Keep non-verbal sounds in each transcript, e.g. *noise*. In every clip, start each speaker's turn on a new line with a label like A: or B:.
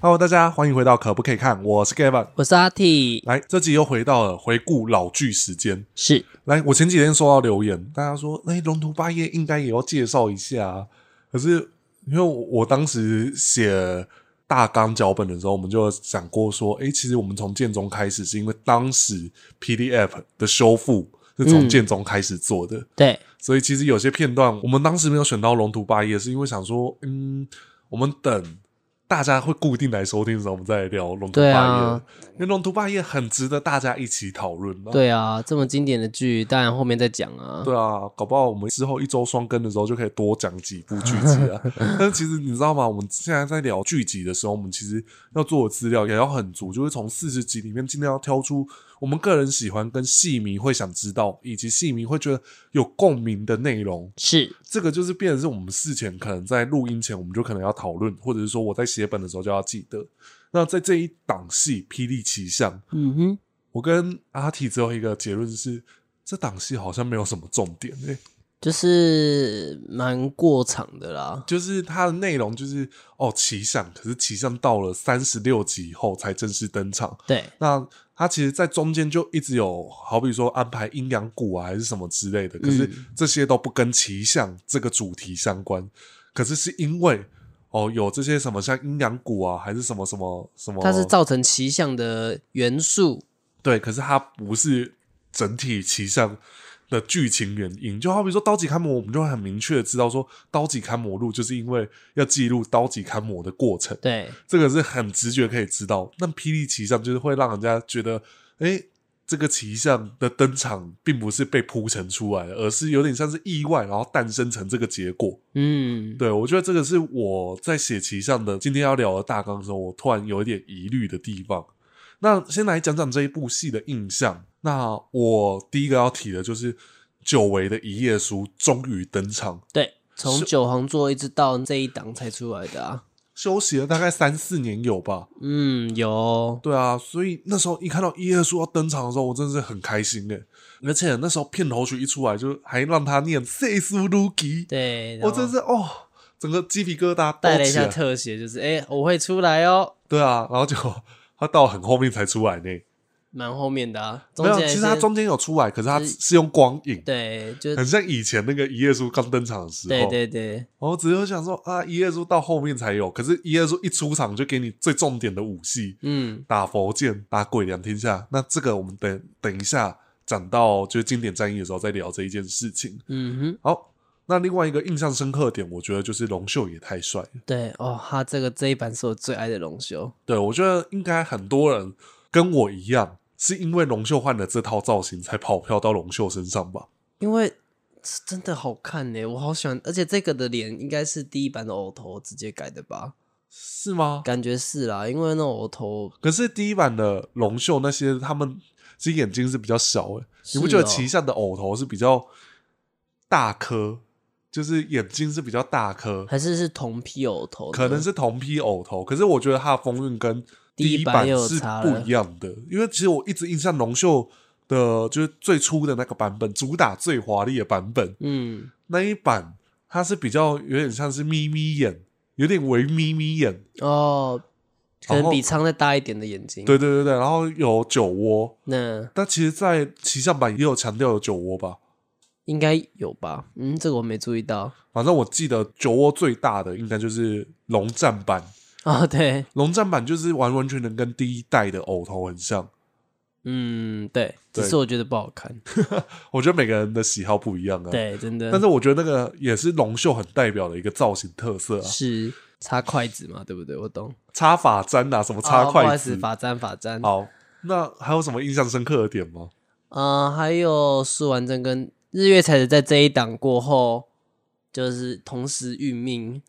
A: Hello，大家欢迎回到可不可以看？我是 Gavin。
B: 我是阿 T，
A: 来，这集又回到了回顾老剧时间。
B: 是
A: 来，我前几天收到留言，大家说，哎、龙图八叶应该也要介绍一下、啊。可是因为我我当时写大纲脚本的时候，我们就想过说，哎、其实我们从建中开始，是因为当时 PDF 的修复是从
B: 嗯
A: 建中开始做的。
B: 对，
A: 所以其实有些片段，我们当时没有选到《龙图霸业》，是因为想说，嗯，我们等大家会固定来收听的时候，我们再来聊《龙图霸
B: 对
A: 业》
B: 啊
A: 因为《龙图霸业》很值得大家一起讨论、啊。
B: 对啊，这么经典的剧，当然后面再讲啊。
A: 对啊，搞不好我们之后一周双更的时候就可以多讲几部剧集
B: *laughs*
A: 啊。但是其实你知道吗？我们现在在聊剧集的时候，我们其实要做的资料也要很足，就是从四十集里面尽量要挑出我们个人喜欢、跟戏迷会想知道，以及戏迷会觉得有共鸣的内容。
B: 是，
A: 这个就是变成是我们事前可能在录音前，我们就可能要讨论，或者是说我在写本的时候就要记得。那在这一档戏《霹雳奇象》，
B: 嗯哼，
A: 我跟阿 T 只有一个结论是，这档戏好像没有什么重点、欸，
B: 就是蛮过场的啦。
A: 就是它的内容就是哦奇象，可是奇象到了三十六集以后才正式登场。
B: 对，
A: 那它其实，在中间就一直有，好比说安排阴阳谷啊，还是什么之类的。可是
B: 嗯
A: 这些都不跟奇象这个主题相关。可是是因为哦，有这些什么像阴阳谷啊，还是什么什么什么，
B: 它是造成奇象的元素。
A: 对，可是它不是整体奇象的剧情原因。就好比说刀戟勘魔，我们就会很明确的知道说，刀戟勘魔录就是因为要记录刀戟勘魔的过程。
B: 对，
A: 这个是很直觉可以知道。那霹雳奇象就是会让人家觉得，哎，这个奇象的登场并不是被铺陈出来的，而是有点像是意外，然后诞生成这个结果。
B: 嗯，
A: 对我觉得这个是我在写奇象的今天要聊的大纲的时候，我突然有一点疑虑的地方。那先来讲讲这一部戏的印象。那我第一个要提的就是久违的一页书终于登场，
B: 对，从九皇座一直到这一档才出来的啊。
A: 休息了大概三四年有吧。
B: 嗯，有，
A: 对啊，所以那时候一看到一二叔要登场的时候，我真的是很开心诶、而且那时候片头曲一出来，就还让他念 “say s u l u k i
B: 对，
A: 我
B: 然后
A: 真是啊哦，整个鸡皮疙瘩都
B: 带了一
A: 起
B: 下
A: 来。
B: 特写，就是哎、诶我会出来哦，
A: 对啊，然后就他到很后面才出来呢。
B: 蛮后面的啊。中
A: 没有，
B: 间还
A: 其实他
B: 是
A: 中间有出来，可是他
B: 就是
A: 是用光影，
B: 对，就
A: 很像以前那个一页书刚登场的时候。
B: 对对对，
A: 然后只是想说啊，一页书到后面才有，可是一页书一出场就给你最重点的武戏。
B: 嗯，
A: 打佛剑、打鬼两天下。那这个我们等等一下讲到就是经典战役的时候再聊这一件事情。
B: 嗯哼。
A: 好，那另外一个印象深刻的点，我觉得就是龙秀也太帅了。
B: 对哦，他这个这一版是我最爱的龙修。
A: 对我觉得应该很多人跟我一样，是因为龙秀换了这套造型才跑票到龙秀身上吧？
B: 因为是真的好看呢，我好喜欢，而且这个的脸应该是第一版的偶头直接改的吧？
A: 是吗？
B: 感觉是啦，因为那种偶头
A: 可是第一版的龙秀那些，他们其实眼睛是比较小诶、你不
B: 是
A: 觉得
B: 哦
A: 旗下的偶头是比较大颗，就是眼睛是比较大颗，
B: 还是是同批偶头的，
A: 可能是同批偶头，可是我觉得他的风韵跟第一版
B: 第一版又有
A: 是
B: 差
A: 不
B: 了
A: 一样的，因为其实我一直印象龙秀的，就是最初的那个版本，主打最华丽的版本
B: 嗯，
A: 那一版，它是比较有点像是眯眯眼，有点微眯眯眼，
B: 哦，可
A: 然
B: 能比
A: 后
B: 苍再大一点的眼睛。
A: 对，对对对，然后有酒窝，
B: 那
A: 但其实，在骑象版也有强调有酒窝吧，
B: 应该有吧？嗯，这个我没注意到
A: 反正我记得酒窝最大的应该就是龙战版，
B: 哦，对，
A: 龙战版就是完完全全跟第一代的偶头很像。
B: 嗯，对，只
A: 对
B: 是我觉得不好看。
A: 我觉得每个人的喜好不一样啊。，
B: 对，真的。
A: 但是我觉得那个也是龙秀很代表的一个造型特色啊，
B: 是插筷子嘛？对不对？我懂。
A: 插发簪啊，什么插
B: 哦不好
A: 筷
B: 意思
A: 子。哦
B: 法簪法簪。
A: 好，那还有什么印象深刻的点吗？
B: 呃，还有苏完真跟日月才子在这一档过后，就是同时殒命。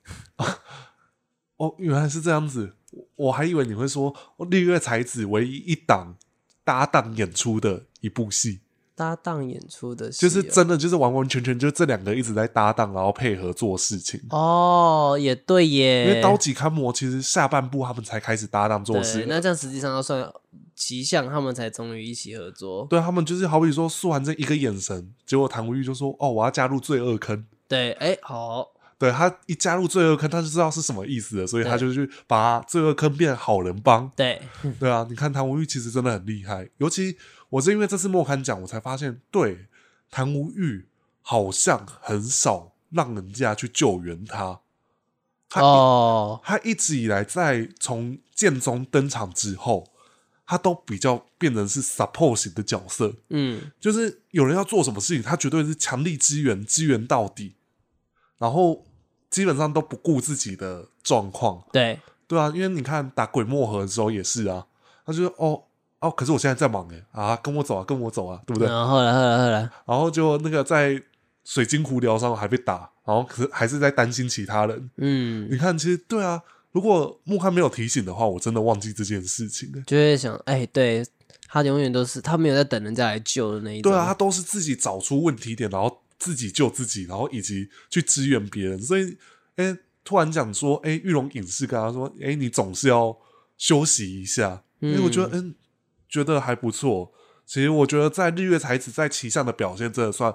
A: 哦，原来是这样子，我我还以为你会说哦绿月才子唯一一档搭档演出的一部戏，
B: 搭档演出的戏
A: 就
B: 哦、
A: 是真的就是完完全全就这两个一直在搭档，然后配合做事情。
B: 哦，也对耶，
A: 因为刀戟勘魔其实下半部他们才开始搭档做事
B: 对，，那这样实际上要算奇象，他们才终于一起合作。
A: 对他们就是好比说素还真一个眼神，结果谭无欲就说：“哦，我要加入罪恶坑。
B: 对，哎、好，”
A: 对他一加入罪恶坑，他就知道是什么意思了，所以他就去把罪恶坑变好人帮。
B: 对，
A: 对啊，你看谭无欲其实真的很厉害，尤其我是因为这次莫刊奖，我才发现，对谭无欲好像很少让人家去救援他。他一、
B: 哦，
A: 他一直以来在从剑宗登场之后，他都比较变成是 support 型的角色，
B: 嗯，
A: 就是有人要做什么事情，他绝对是强力支援，支援到底，然后基本上都不顾自己的状况。
B: 对，
A: 对啊，因为你看打鬼墨盒的时候也是啊，他就说哦哦，可是我现在在忙哎啊，跟我走啊，跟我走啊，对不对？
B: 然后来，后来，后来，
A: 然后就那个在水晶湖疗伤还被打，然后可是还是在担心其他人。
B: 嗯，
A: 你看，其实对啊，如果木刊没有提醒的话，我真的忘记这件事情了。
B: 就会想，哎，对他永远都是他没有在等人家来救的那一种，
A: 对啊，他，都是自己找出问题点，然后自己救自己，然后以及去支援别人。所以，哎，突然讲说，哎，玉龙隐士跟他说，哎，你总是要休息一下。因为我觉得，嗯，觉得还不错。其实我觉得在日月才子在旗下的表现真的算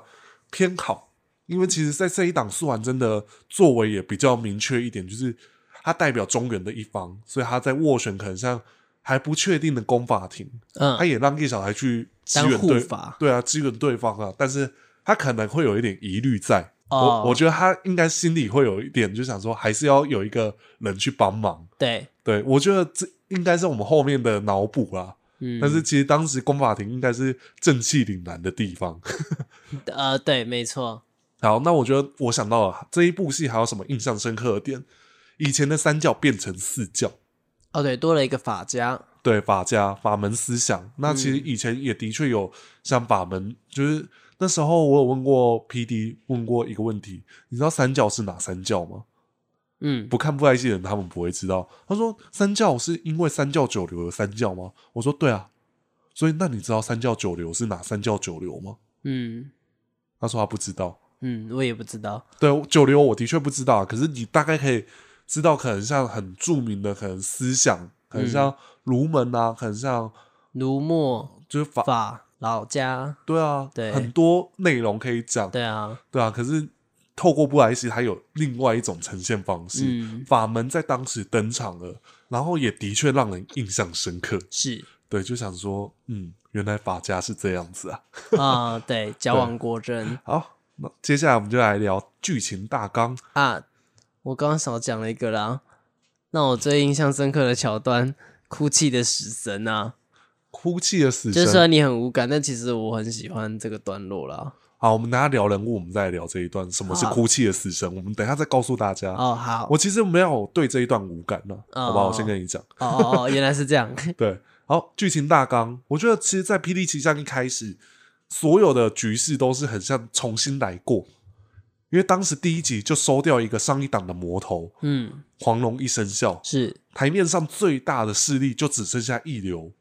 A: 偏好，因为其实在这一档素完真的作为也比较明确一点，就是他代表中原的一方，所以他在斡旋可能像还不确定的攻法庭，他
B: 嗯，
A: 也让叶小孩去支
B: 当
A: 援
B: 护
A: 对
B: 法，
A: 对啊，支援对方啊，但是他可能会有一点疑虑在。
B: 哦
A: 我我觉得他应该心里会有一点，就想说还是要有一个人去帮忙。
B: 对，
A: 对我觉得这应该是我们后面的脑补啦。
B: 嗯，
A: 但是其实当时公法庭应该是正气凛然的地方。
B: 呃，对，没错，
A: 好，那我觉得我想到了这一部戏还有什么印象深刻的点？以前的三教变成四教，
B: 哦，对，多了一个法家，
A: 对法家法门思想。那其实以前也的确有像法门，就是那时候我有问过 P D 问过一个问题，你知道三教是哪三教吗？
B: 嗯，
A: 不看布袋戏的人他们不会知道。他说三教是因为三教九流有三教吗？我说对啊。所以那你知道三教九流是哪三教九流吗？
B: 嗯
A: 他说他不知道。
B: 嗯，我也不知道，
A: 对九流我的确不知道，可是你大概可以知道，可能像很著名的，可能思想，可能像儒门啊，可能像
B: 卢墨
A: 就是法，
B: 法老家，
A: 对啊，
B: 对
A: 很多内容可以讲，
B: 对啊，
A: 对啊。可是透过布莱希，它有另外一种呈现方式。
B: 嗯，
A: 法门在当时登场了，然后也的确让人印象深刻。
B: 是
A: 对，就想说，嗯，原来法家是这样子啊。
B: 啊，对，矫枉过正
A: 好，那接下来我们就来聊剧情大纲。
B: 啊，我刚刚少讲了一个啦，让我最印象深刻的桥段。哭泣的死神啊，
A: 哭泣的死
B: 就
A: 神，
B: 是虽然你很无感，但其实我很喜欢这个段落啦。
A: 好，我们等一下聊人物，我们再来聊这一段什么是
B: 好
A: 哭泣的死神，我们等一下再告诉大家。
B: 哦，好，
A: 啊我其实没有对这一段无感呢、
B: 哦
A: 好不好？我先跟你讲，
B: 哦哦哦，原来是这样。 *laughs*
A: 对，好，剧情大纲，我觉得其实，在霹雳奇象一开始，所有的局势都是很像重新来过，因为当时第一集就收掉一个上一档的魔头
B: 嗯，
A: 黄龙一生笑，
B: 是，
A: 台面上最大的势力就只剩下一流，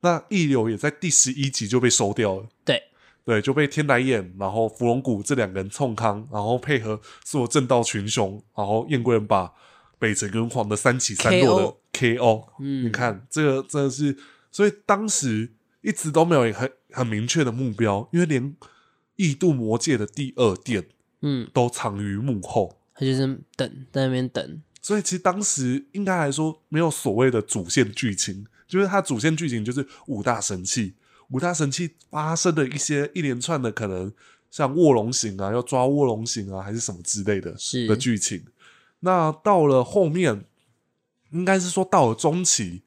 A: 那一流也在第十一集就被收掉了。
B: 对，
A: 对，就被天来眼，然后芙蓉谷这两个人冲康，然后配合所有正道群雄，然后燕归人把北辰跟黄的三起三落的 KO。
B: 嗯
A: 你看这个真的是，所以当时一直都没有很很明确的目标，因为连异度魔界的第二殿
B: 嗯，
A: 都藏于幕后，
B: 他就是等在那边等，
A: 所以其实当时应该来说没有所谓的主线剧情，就是它主线剧情就是五大神器，五大神器发生的一些一连串的可能像卧龙行啊，要抓卧龙行啊，还是什么之类的
B: 是
A: 的剧情。那到了后面，应该是说到了中期，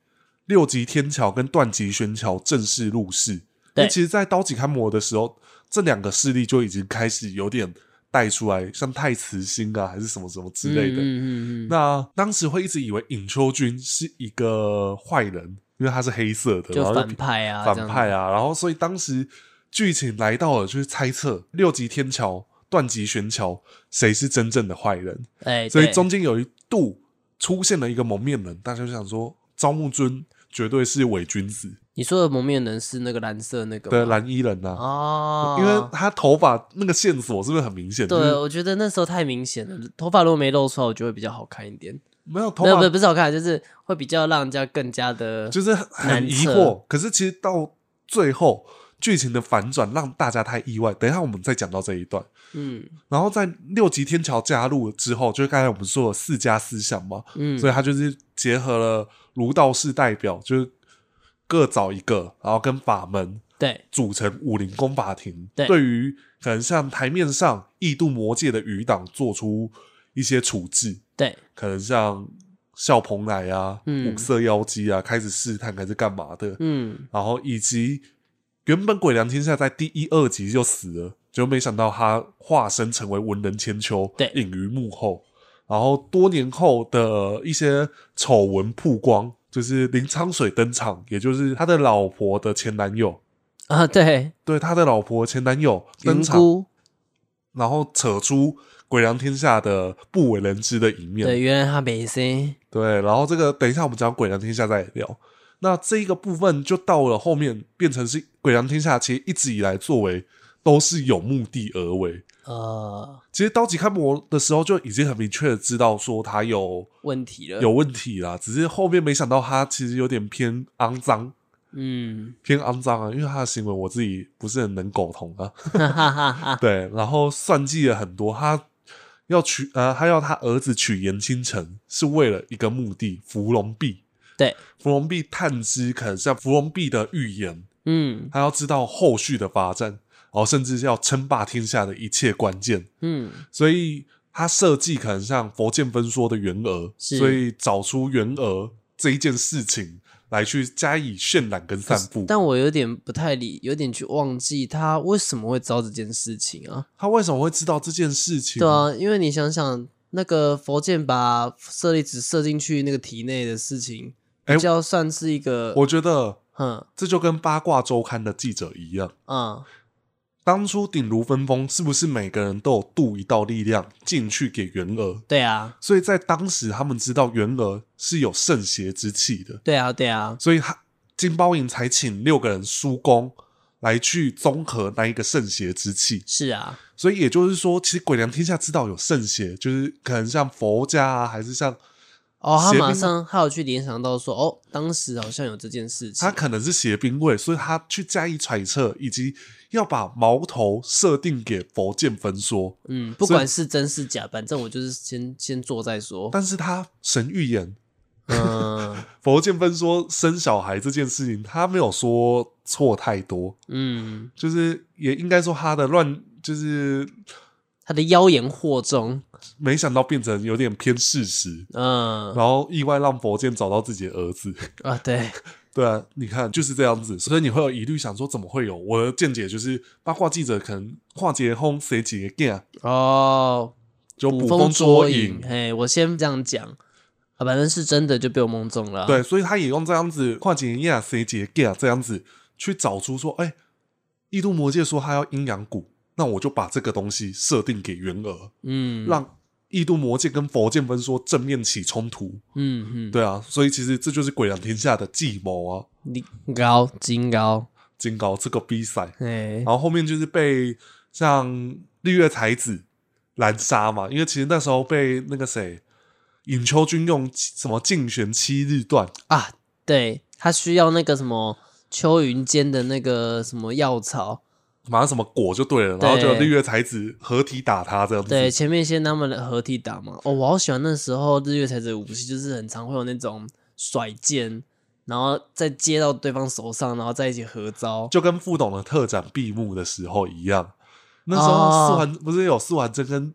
A: 六级天桥跟断级悬桥正式入世。因为
B: 对
A: 其实，在刀戟勘魔的时候，这两个势力就已经开始有点带出来，像太慈星啊，还是什么什么之类的。
B: 嗯嗯嗯嗯，
A: 那当时会一直以为尹秋君是一个坏人，因为他是黑色的，
B: 就
A: 然后
B: 反派啊，这
A: 反
B: 样
A: 派
B: 子，
A: 啊，然后所以当时剧情来到了，就是猜测六级天桥、断级悬桥谁是真正的坏人，
B: 哎，
A: 所以
B: 对
A: 中间有一度出现了一个蒙面人，大家就想说招募尊绝对是伪君子
B: 你说的蒙面人是那个蓝色那个
A: 的
B: 吗
A: 蓝衣人呐、
B: 啊哦，
A: 因为他头发那个线索是不是很明显？就是
B: 对，我觉得那时候太明显了，头发如果没露出来，我觉得会比较好看一点。
A: 没有头
B: 没有，不是
A: 发，
B: 不是好看，就是会比较让人家更加的，
A: 就是很
B: 难
A: 疑
B: 测
A: 惑。可是其实到最后，剧情的反转让大家太意外。等一下我们再讲到这一段。
B: 嗯
A: 然后在六级天桥加入之后，就是刚才我们说的四家思想嘛，
B: 嗯，
A: 所以
B: 以
A: 他就是结合了儒道士代表，就是各找一个，然后跟法门
B: 对
A: 组成武林公法庭，
B: 对
A: 对于可能像台面上异度魔界的余党做出一些处置，
B: 对
A: 可能像笑蓬莱啊、
B: 嗯
A: 五色妖姬啊，开始试探还是干嘛的，
B: 嗯
A: 然后以及原本鬼良天下在第一、二集就死了，就没想到他化身成为文人千秋，
B: 对
A: 隐于幕后。然后多年后的一些丑闻曝光，就是林昌水登场，也就是他的老婆的前男友，
B: 啊对
A: 对他的老婆前男友登
B: 云
A: 场，
B: 姑
A: 然后扯出鬼良天下的不为人知的一面。
B: 对，原来他没生
A: 对，然后这个等一下我们讲《鬼良天下》再聊。那这一个部分就到了后面变成是《鬼良天下》，其实一直以来作为都是有目的而为。
B: 呃
A: 其实刀戟看魔的时候就已经很明确的知道说他有
B: 问题了，
A: 有问题啦，只是后面没想到他其实有点偏肮脏，
B: 嗯
A: 偏肮脏啊，因为他的行为我自己不是很能苟同啊。
B: 哈哈哈哈，
A: 对，然后算计了很多，他要娶呃，他要他儿子娶颜倾城，是为了一个目的——芙蓉碧。
B: 对，
A: 芙蓉碧探知可能像芙蓉碧的预言，
B: 嗯
A: 他要知道后续的发展，然后甚至是要称霸天下的一切关键，
B: 嗯
A: 所以他设计可能像佛剑分说的元娥，
B: 是
A: 所以找出元娥这一件事情来去加以渲染跟散布。
B: 但我有点不太理，有点去忘记他为什么会知道这件事情啊？
A: 他为什么会知道这件事情？
B: 对啊，因为你想想，那个佛剑把舍利子射进去那个体内的事情，
A: 哎
B: 比较算是一个，
A: 我觉得
B: 嗯
A: 这就跟八卦周刊的记者一样。
B: 啊、
A: 当初鼎炉分封是不是每个人都有渡一道力量进去给元娥？
B: 对啊，
A: 所以在当时他们知道元娥是有圣邪之气的，
B: 对啊，对啊，
A: 所以他金包银才请六个人叔公来去综合那一个圣邪之气。
B: 是啊，
A: 所以也就是说，其实鬼良天下知道有圣邪，就是可能像佛家啊，还是像
B: 哦，他
A: 邪
B: 马
A: 兵
B: 上他有去联想到说，哦，当时好像有这件事情
A: 他，可能是邪兵卫，所以他去加以揣测，以及要把矛头设定给佛剑分说。
B: 嗯，不
A: 所以
B: 管是真是假，反正我就是先先做再说，
A: *laughs* 但是他神预言
B: 嗯
A: 佛剑分说生小孩这件事情，他没有说错太多，
B: 嗯，
A: 就是也应该说他的乱，就是
B: 他的妖言惑众，
A: 没想到变成有点偏事实，
B: 嗯
A: 然后意外让佛剑找到自己的儿子。 *laughs*
B: 啊，对，
A: 对啊，你看就是这样子，所以你会有疑虑，想说怎么会有？我的见解就是，八卦记者可能跨节轰谁几个 g
B: 哦，
A: 就
B: 捕
A: 捕
B: 风
A: 风
B: 捉
A: 捉
B: 影
A: 影。。
B: 嘿，我先这样讲，啊，反正是真的就被我蒙中了。，
A: 对，所以他也用这样子跨节亚谁几个 g 啊这样子去找出说，哎、异度魔界说他要阴阳骨，那我就把这个东西设定给元娥，
B: 嗯，
A: 让异度魔界跟佛剑分说正面起冲突。
B: 嗯嗯，
A: 对啊，所以其实这就是鬼两天下的计谋啊，
B: 你高金高，
A: 金高这个比赛。
B: 哎
A: 然，后后面就是被像绿月才子拦杀嘛，因为其实那时候被那个谁尹秋君用什么竞选七日断，
B: 啊，对他需要那个什么秋云间的那个什么药草，
A: 马上什么果就对了，然后
B: 对
A: 就绿月才子合体打他这样子。
B: 对，前面先他们的合体打嘛。哦，我好喜欢那时候日月才子的武器，就是很常会有那种甩剑，然后再接到对方手上，然后在一起合招。
A: 就跟副董的特展闭幕的时候一样，那时候
B: 哦
A: 四环、不是有四环真跟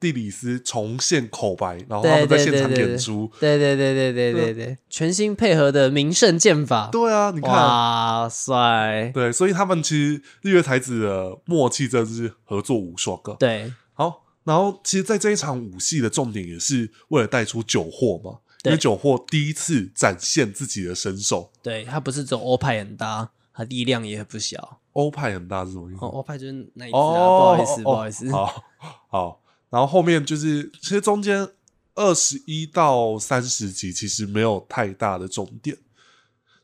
A: 蒂里斯重现口白，然后他
B: 对
A: 们在
B: 对
A: 现
B: 对
A: 场
B: 对
A: 演
B: 对
A: 出。
B: 对对对对对对对，全新配合的名胜剑法，
A: 对啊，你看，
B: 哇塞！
A: 对，所以他们其实日月才子的默契真的是合作无双啊。
B: 对，
A: 好，然后其实，在这一场武戏的重点也是为了带出酒货嘛，
B: 对
A: 因为酒货第一次展现自己的身手。
B: 对，它不是只有欧派很大，它力量也不小。
A: 欧派很大是什么意思？
B: 哦，欧派就是那一只啊，不
A: 哦
B: 好意思，不好意思。
A: 好好，然后后面就是，其实中间二十一到三十集其实没有太大的重点，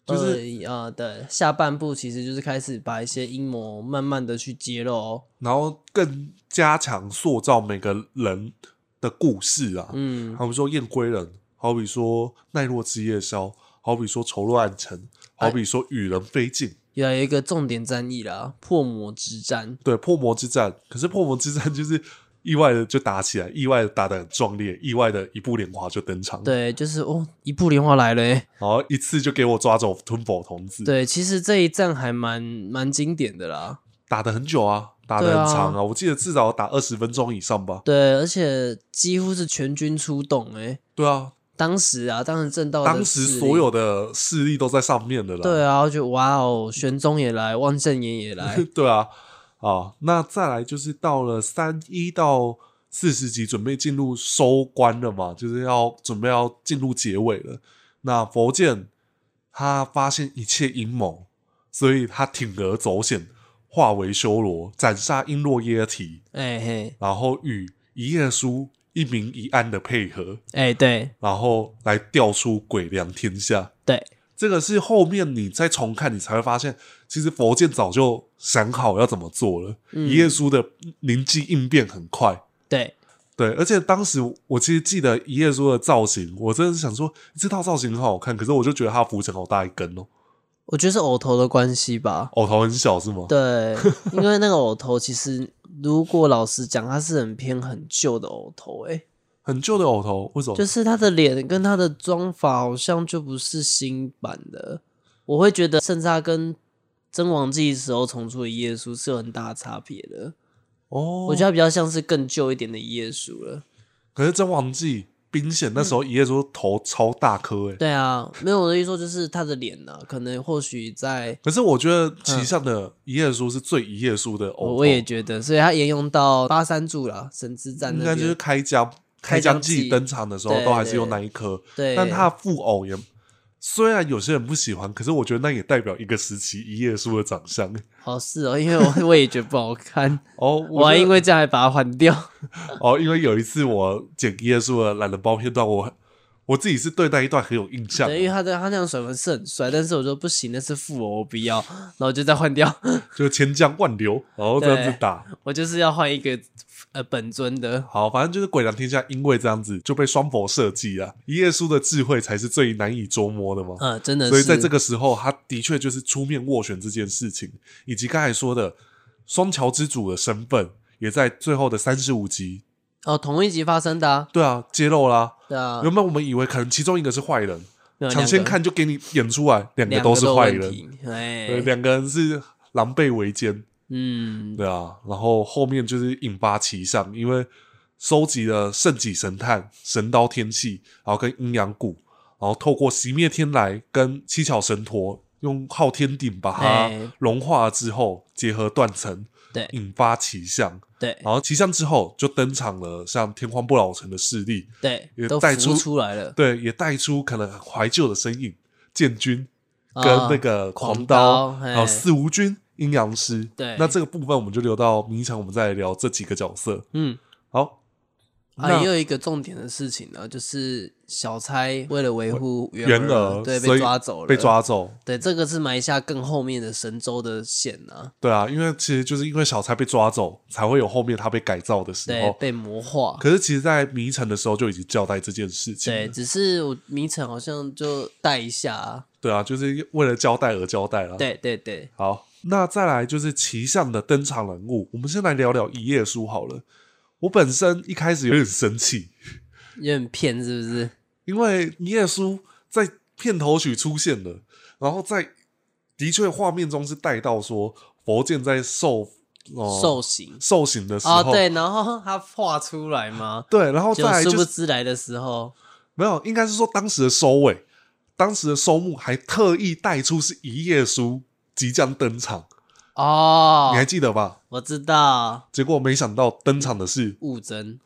A: 就是
B: 呃呃，对，下半部其实就是开始把一些阴谋慢慢的去揭露哦。
A: 然后更加强塑造每个人的故事啊，
B: 嗯，
A: 好比说燕归人，好比说奈落之夜宵，好比说仇陋暗沉，好比说与人飞进，
B: 有一个重点战役啦，破魔之战。
A: 对破魔之战，可是破魔之战就是意外的就打起来，意外的打得很壮烈，意外的一步莲花就登场，，
B: 对，就是哦，一步莲花来了、欸。
A: 然后一次就给我抓走吞宝童子，
B: 对，其实这一战还蛮蛮经典的啦。
A: 打得很久啊，打得
B: 对啊
A: 很长啊，我记得至少打二十分钟以上吧，
B: 对，而且几乎是全军出动、欸。
A: 对啊，
B: 当时啊，当时正道的
A: 当时
B: 势力
A: 所有的势力都在上面的啦，，
B: 对啊，我觉得哇哦，玄宗也来，汪正言也来
A: *laughs* 对啊，啊，那再来就是到了三一到四十集，准备进入收官了嘛，就是要准备要进入结尾了。那佛剑他发现一切阴谋，所以他铤而走险，化为修罗，斩杀璎珞耶提，
B: 哎嘿，
A: 然后与一页书一明一暗的配合，
B: 哎对
A: 然后来调出鬼梁天下。
B: 对，
A: 这个是后面你再重看，你才会发现，其实佛剑早就想好要怎么做了。
B: 嗯
A: 一页书的灵机应变很快，
B: 对，
A: 对，而且当时我其实记得一页书的造型，我真的是想说这套造型很好看，可是我就觉得它浮尘好大一根哦，
B: 我觉得是偶头的关系吧。
A: 偶头很小是吗？
B: 对，因为那个偶头其实，如果老实讲，它是很偏很旧的偶头、欸，
A: 很旧的偶头，为什么？
B: 就是他的脸跟他的妆法好像就不是新版的，我会觉得甚至他跟《真王记》时候重出的耶稣是有很大的差别的，
A: 哦，
B: 我觉得他比较像是更旧一点的耶稣了。
A: 可是真王记冰显那时候一页书头超大颗诶、
B: 对啊，没有我的意思说就是他的脸呢、啊可能或许在
A: 可是我觉得旗下的一页书是最一页书的偶
B: 嗯我
A: 头，
B: 我也觉得，所以他沿用到八三柱啦，神之战
A: 应
B: 那
A: 该
B: 边，
A: 就是开疆
B: 开
A: 开
B: 疆
A: 疆
B: 记
A: 记登场的时候
B: 对
A: 都还是用
B: 对
A: 那一颗，
B: 对，
A: 但他的布偶也虽然有些人不喜欢，可是我觉得那也代表一个时期一页书的长相。 *laughs*
B: 好是哦，因为我我也觉得不好看，
A: 哦，
B: 我还
A: 觉得
B: 因为这样还把它换
A: *laughs*
B: 掉。
A: 哦，因为有一次我剪一页书的懒人包片段，我我自己是对那一段很有印象的，
B: 对，因为他的他那样甩纹是很帅，但是我说不行，那是富偶，我不要，然后我就再换掉， *laughs*
A: 就是千江万流，然后这样子打。
B: 我就是要换一个呃本尊的。
A: 好，反正就是鬼良天下，因为这样子就被双佛设计啊。一页书的智慧才是最难以捉摸的嘛。
B: 呃，真的是，
A: 所以在这个时候，他的确就是出面斡旋这件事情，以及刚才说的双桥之主的身份，也在最后的三十五集，
B: 哦同一集发生的、啊，
A: 对啊，揭露啦、
B: 对啊，
A: 原本我们以为可能其中一个是坏人，
B: 没有
A: 抢先看就给你演出来，两
B: 两个
A: 都是
B: 有
A: 坏
B: 问
A: 人，
B: 题， *laughs* 哎，
A: 对，两个人是狼狈为奸，
B: 嗯，
A: 对啊。然后后面就是引发奇象，因为收集了圣己神探、神刀天气，然后跟阴阳谷，然后透过熄灭天来跟七巧神陀用昊天鼎把它
B: 哎
A: 融化之后，结合断层，
B: 对
A: 引发奇象。
B: 对
A: 然后奇象之后就登场了，像天荒不老城的势力，
B: 对，
A: 也
B: 都
A: 带
B: 浮
A: 出
B: 出来了，
A: 对，也带出可能很怀旧的身影，建军
B: 啊
A: 跟那个
B: 狂
A: 狂
B: 刀
A: 刀，
B: 嘿
A: 还有四无军、阴阳师。
B: 对
A: 那这个部分我们就留到明场，我们再来聊这几个角色。
B: 嗯。
A: 好，
B: 啊，
A: 那
B: 也有一个重点的事情呢，就是小差为了维护
A: 元
B: 儿，
A: 哦儿
B: 对，
A: 所
B: 被
A: 以
B: 抓走了，
A: 被，抓走，
B: 对，这个是埋下更后面的神州的线呢、
A: 对啊，因为其实就是因为小蔡被抓走，才会有后面他被改造的时
B: 对，
A: 候。
B: 被魔化，
A: 可是其实，在迷城的时候就已经交代这件事情了。
B: 对，只是我迷城好像就带一下、啊，
A: 对啊，就是为了交代而交代了。
B: 对对对，
A: 好，那再来就是骑象的登场人物，我们先来聊聊一页书好了。我本身一开始有点生气，
B: 有点骗是不是？
A: 因为一页书在片头曲出现了，然后在的确画面中是带到说佛剑在受、哦
B: 受刑
A: 受刑的时候，
B: 啊，对，然后他画出来吗？
A: 对然哦后再
B: 就
A: 来
B: 殊
A: 就
B: 不
A: 是
B: 知来的时候，
A: 没有，应该是说当时的收尾，当时的收幕还特意带出是一页书即将登场，
B: 哦
A: 你，还记得吧？
B: 我知道，
A: 结果没想到登场的是
B: 悟真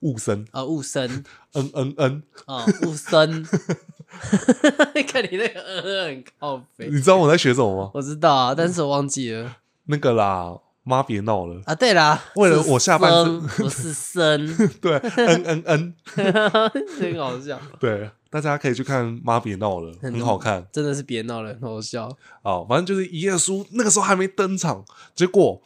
A: 雾森，
B: 啊，
A: *laughs*
B: 悟生
A: 嗯嗯嗯，
B: 啊，悟生， *laughs* 看你那个呃很靠北
A: 你，知道我在学什么吗？
B: 我知道啊，但是我忘记了
A: 那个啦，妈别闹了，
B: 啊。对啦，
A: 为了
B: 是
A: 我下半
B: 生
A: 身，
B: 我是生， *laughs*
A: 对，嗯嗯嗯，
B: 真搞笑，
A: 对，大家可以去看《妈别闹了》，很好看
B: 真的是别闹了，很好笑。
A: 啊。反正就是一页书那个时候还没登场，结果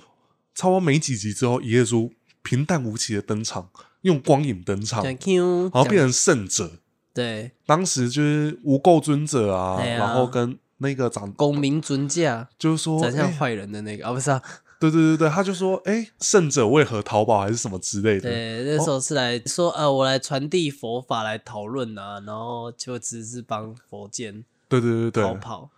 A: 差不多没几集之后，一页书平淡无奇的登场，用光影登场，
B: 讲
A: 然
B: Q，
A: 后
B: 讲
A: 变成圣者。
B: 对
A: 当时就是无垢尊者啊，
B: 对啊
A: 然后跟那个长
B: 公民尊驾，
A: 就是说，
B: 长相
A: 哎
B: 坏人的那个啊，不是啊，
A: 对对对对，他就说，哎、胜者为何逃跑还是什么之类的。
B: 对，那时候是来说，呃，我来传递佛法来讨论啊，然后就只是帮佛剑
A: 对对对
B: 逃
A: 对
B: 跑，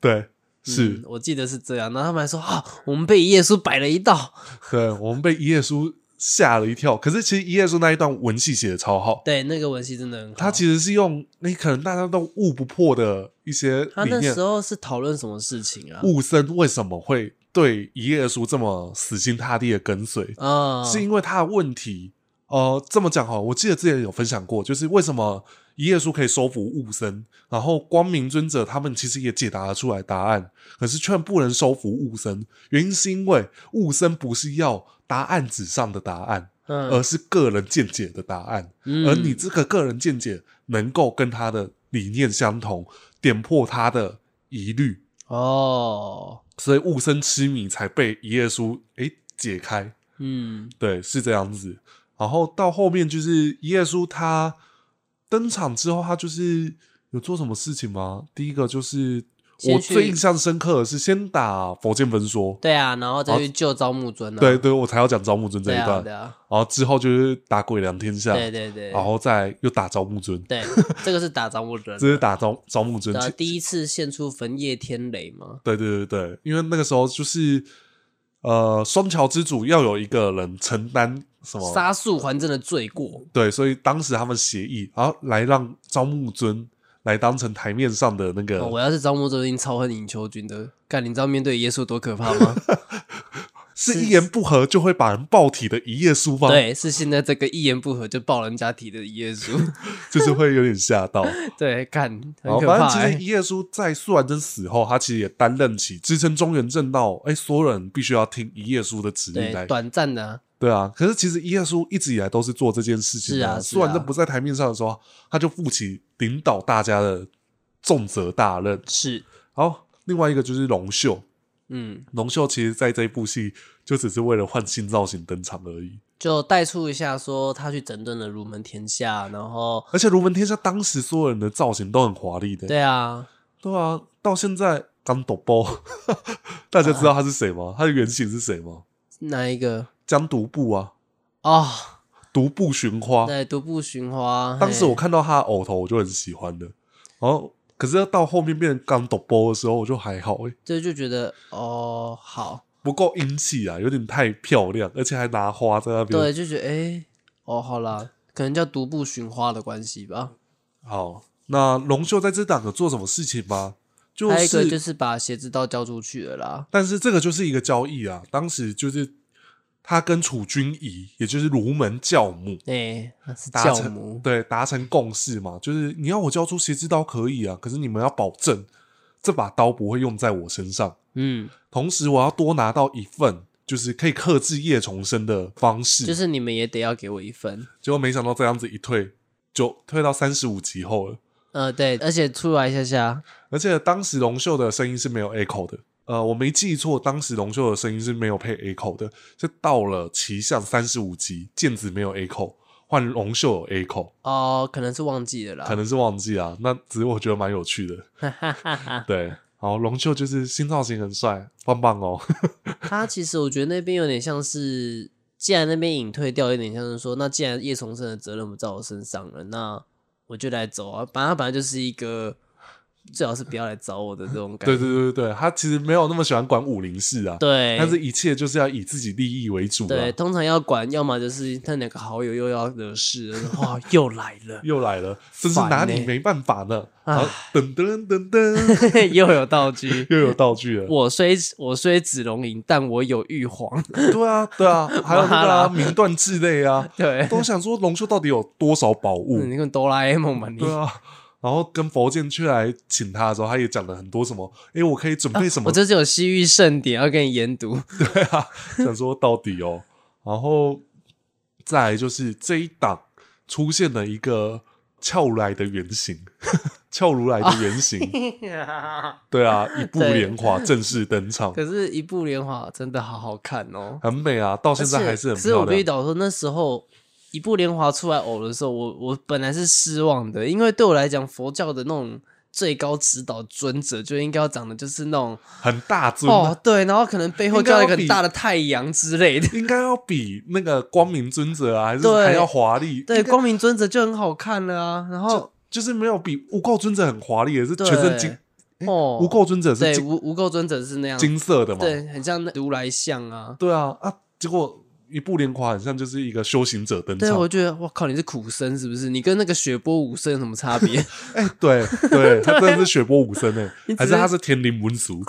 A: 对，是
B: 嗯，我记得是这样。然后他们还说啊，我们被耶稣摆了一道，
A: 对，我们被一页书吓了一跳。可是其实一页书那一段文戏写的超好，
B: 对，那个文戏真的很好。
A: 他其实是用你可能大家都悟不破的一些
B: 他
A: 理
B: 那
A: 念
B: 时，候是讨论什么事情啊？
A: 悟僧为什么会对一页书这么死心塌地的跟随，
B: 啊，
A: 是因为他的问题。呃，这么讲哈，我记得之前有分享过，就是为什么一页书可以收服悟僧，然后光明尊者他们其实也解答得出来答案，可是却不能收服悟僧，原因是因为悟僧不是要答案纸上的答案，
B: 嗯
A: 而是个人见解的答案，
B: 嗯
A: 而你这个个人见解能够跟他的理念相同，点破他的疑虑，
B: 哦，
A: 所以悟生痴迷才被一页书诶解开，
B: 嗯
A: 对，是这样子。然后到后面就是一页书他登场之后，他就是有做什么事情吗？第一个就是我
B: 先去
A: 最印象深刻的是先打佛剑分说，
B: 对啊，然后再去救招募尊啊，
A: 对对，我才要讲招募尊这
B: 对
A: 一
B: 啊
A: 段，
B: 对啊，
A: 然后之后就是打鬼梁天下，
B: 对对对，
A: 然后再又打招募尊，
B: 对，这个是打招募尊，
A: 这是打招招募尊
B: 对啊
A: 其
B: 第一次献出焚夜天雷嘛，
A: 对对对对，因为那个时候就是呃，双桥之主要有一个人承担什么
B: 杀速还真的罪过，
A: 对，所以当时他们协议，然后来让招募尊来当成台面上的那个，
B: 哦我要是招募尊，一定超恨尹秋君的，干，你知道面对耶稣多可怕
A: *laughs*
B: 吗？
A: 是一言不合就会把人爆体的一页书吗？，
B: 对，是现在这个一言不合就爆人家体的耶
A: *laughs*
B: 稣，
A: *laughs* 就是会有点吓
B: *laughs*
A: 到。
B: 对，干，
A: 然
B: 很
A: 后
B: 可
A: 反正
B: 怕、
A: 其实
B: 欸
A: 一。页书在苏完真死后，他其实也担任起支撑中原正道，哎，所有人必须要听一页书的指令来
B: 对，短暂的啊、
A: 对啊，可是其实伊耶稣一直以来都是做这件事情
B: 是
A: 的、
B: 啊是啊
A: 虽然这不在台面上的时候，他就负起领导大家的重责大任。
B: 是，
A: 好，另外一个就是龙秀，
B: 嗯，
A: 龙秀其实在这一部戏就只是为了换新造型登场而已。
B: 就带出一下说他去整顿了儒门天下，然后
A: 而且《如门天下》当时所有人的造型都很华丽的，
B: 对啊，
A: 对啊，到现在刚抖包， *laughs* 大家知
B: 啊
A: 道他是谁吗？他的原型是谁吗？
B: 那一个
A: 江独步啊，
B: 哦，
A: 独步寻花。
B: 对，独步寻花，
A: 当时我
B: 嘿
A: 看到他的偶头，我就很喜欢的。然后，可是到后面变成刚抖波的时候，我就还好、欸，
B: 就就觉得哦，好，
A: 不够英气啊，有点太漂亮，而且还拿花在那边。
B: 对，，就觉得哎、哦，好啦，可能叫独步寻花的关系吧。
A: 好，那龙秀在这档有做什么事情吗？就
B: 还有一个
A: 是，
B: 就是把鞋子道交出去了啦。
A: 但是这个就是一个交易啊。当时就是他跟楚君仪，也就是儒门教母。
B: 哎、那是
A: 达
B: 教
A: 成
B: 母，
A: 对达成共识嘛，就是你要我交出邪之刀可以啊，可是你们要保证这把刀不会用在我身上。
B: 嗯，
A: 同时我要多拿到一份，就是可以克制叶重生的方式。
B: 就是你们也得要给我一分。
A: 结果没想到这样子一退，就退到三十五集后了。
B: 呃，对，而且出来一下下，
A: 而且当时龙秀的声音是没有 echo 的，呃，我没记错，当时龙秀的声音是没有配 echo 的，是到了骑象三十五集，剑子没有 echo，换龙秀有 echo，
B: 哦，可能是忘记了啦。
A: 可能是忘记啊。那只是我觉得蛮有趣的，
B: *laughs*
A: 对。好，龙秀就是新造型很帅，棒棒哦。
B: 他其实我觉得那边有点像是，既然那边隐退掉，有点像是说，那既然叶重生的责任不在我身上了，那我就来走啊。反正他本来就是一个最好是不要来找我的这种感
A: *laughs* 对
B: 觉。
A: 对对对对，他其实没有那么喜欢管武林事啊，
B: 对，
A: 但是一切就是要以自己利益为主、啊。
B: 对，，通常要管，要么就是他两个好友又要惹事
A: *laughs*
B: 了，哇，又来了，
A: 又来了，真是拿
B: 烦
A: 你
B: 欸
A: 没办法呢。
B: 唉
A: 然后噔噔噔噔，
B: 又有道具。
A: 又有道具了。
B: *laughs* 我虽我虽子龙吟，但我有
A: *laughs*
B: 玉皇。
A: 对啊，对啊，还有那个啊明断之类
B: *laughs*
A: 啊，
B: 对，
A: 都想说龙秀到底有多少宝物？
B: 你跟哆啦 A 梦吧嗯你。
A: 对啊。然后跟佛剑去来请他的时候，他也讲了很多什么，诶，我可以准备什么
B: 啊我？这次有西域盛典要跟你
A: *laughs*
B: 研读。
A: 对啊， *laughs* 想说到底哦。然后再来就是这一档出现了一个俏如来的原型， *laughs* 俏如来的原型，
B: *laughs*
A: 对啊，一部
B: 对
A: 莲花正式登
B: *laughs*
A: 场，
B: 可是，一部莲花真的好好看哦。
A: 很美啊， *laughs* 到现在还是
B: 而
A: 很
B: 且是我
A: 漂
B: 必须
A: 亮。
B: 得说，那时候一部莲华出来偶的时候，我我本来是失望的，因为对我来讲，佛教的那种最高指导尊者就应该要长得就是那种
A: 很大尊啊、
B: 哦，对，然后可能背后
A: 应该
B: 叫一
A: 要
B: 个
A: 比
B: 很大的太阳之类
A: *laughs*
B: 的。
A: 应该要比那个光明尊者啊，还是
B: 对
A: 还要华丽。
B: 对，
A: 应该
B: 光明尊者就很好看了啊。然后
A: 就是没有比无垢尊者很华丽，也是全身金。诶
B: 哦，
A: 无垢尊者是
B: 对
A: 金
B: 无无垢尊者是那样，
A: 金色的嘛？
B: 对，很像那如来像啊。
A: 对啊啊！结果一部莲花很像就是一个修行者登
B: 对，
A: 场
B: 我。觉得我靠，你是苦僧是不是？你跟那个雪波武僧有什么差别？ *laughs*
A: 哎， *laughs* 对对，他真的是雪波武僧哎
B: 你，只
A: 还是
B: 是
A: 他是天灵文俗？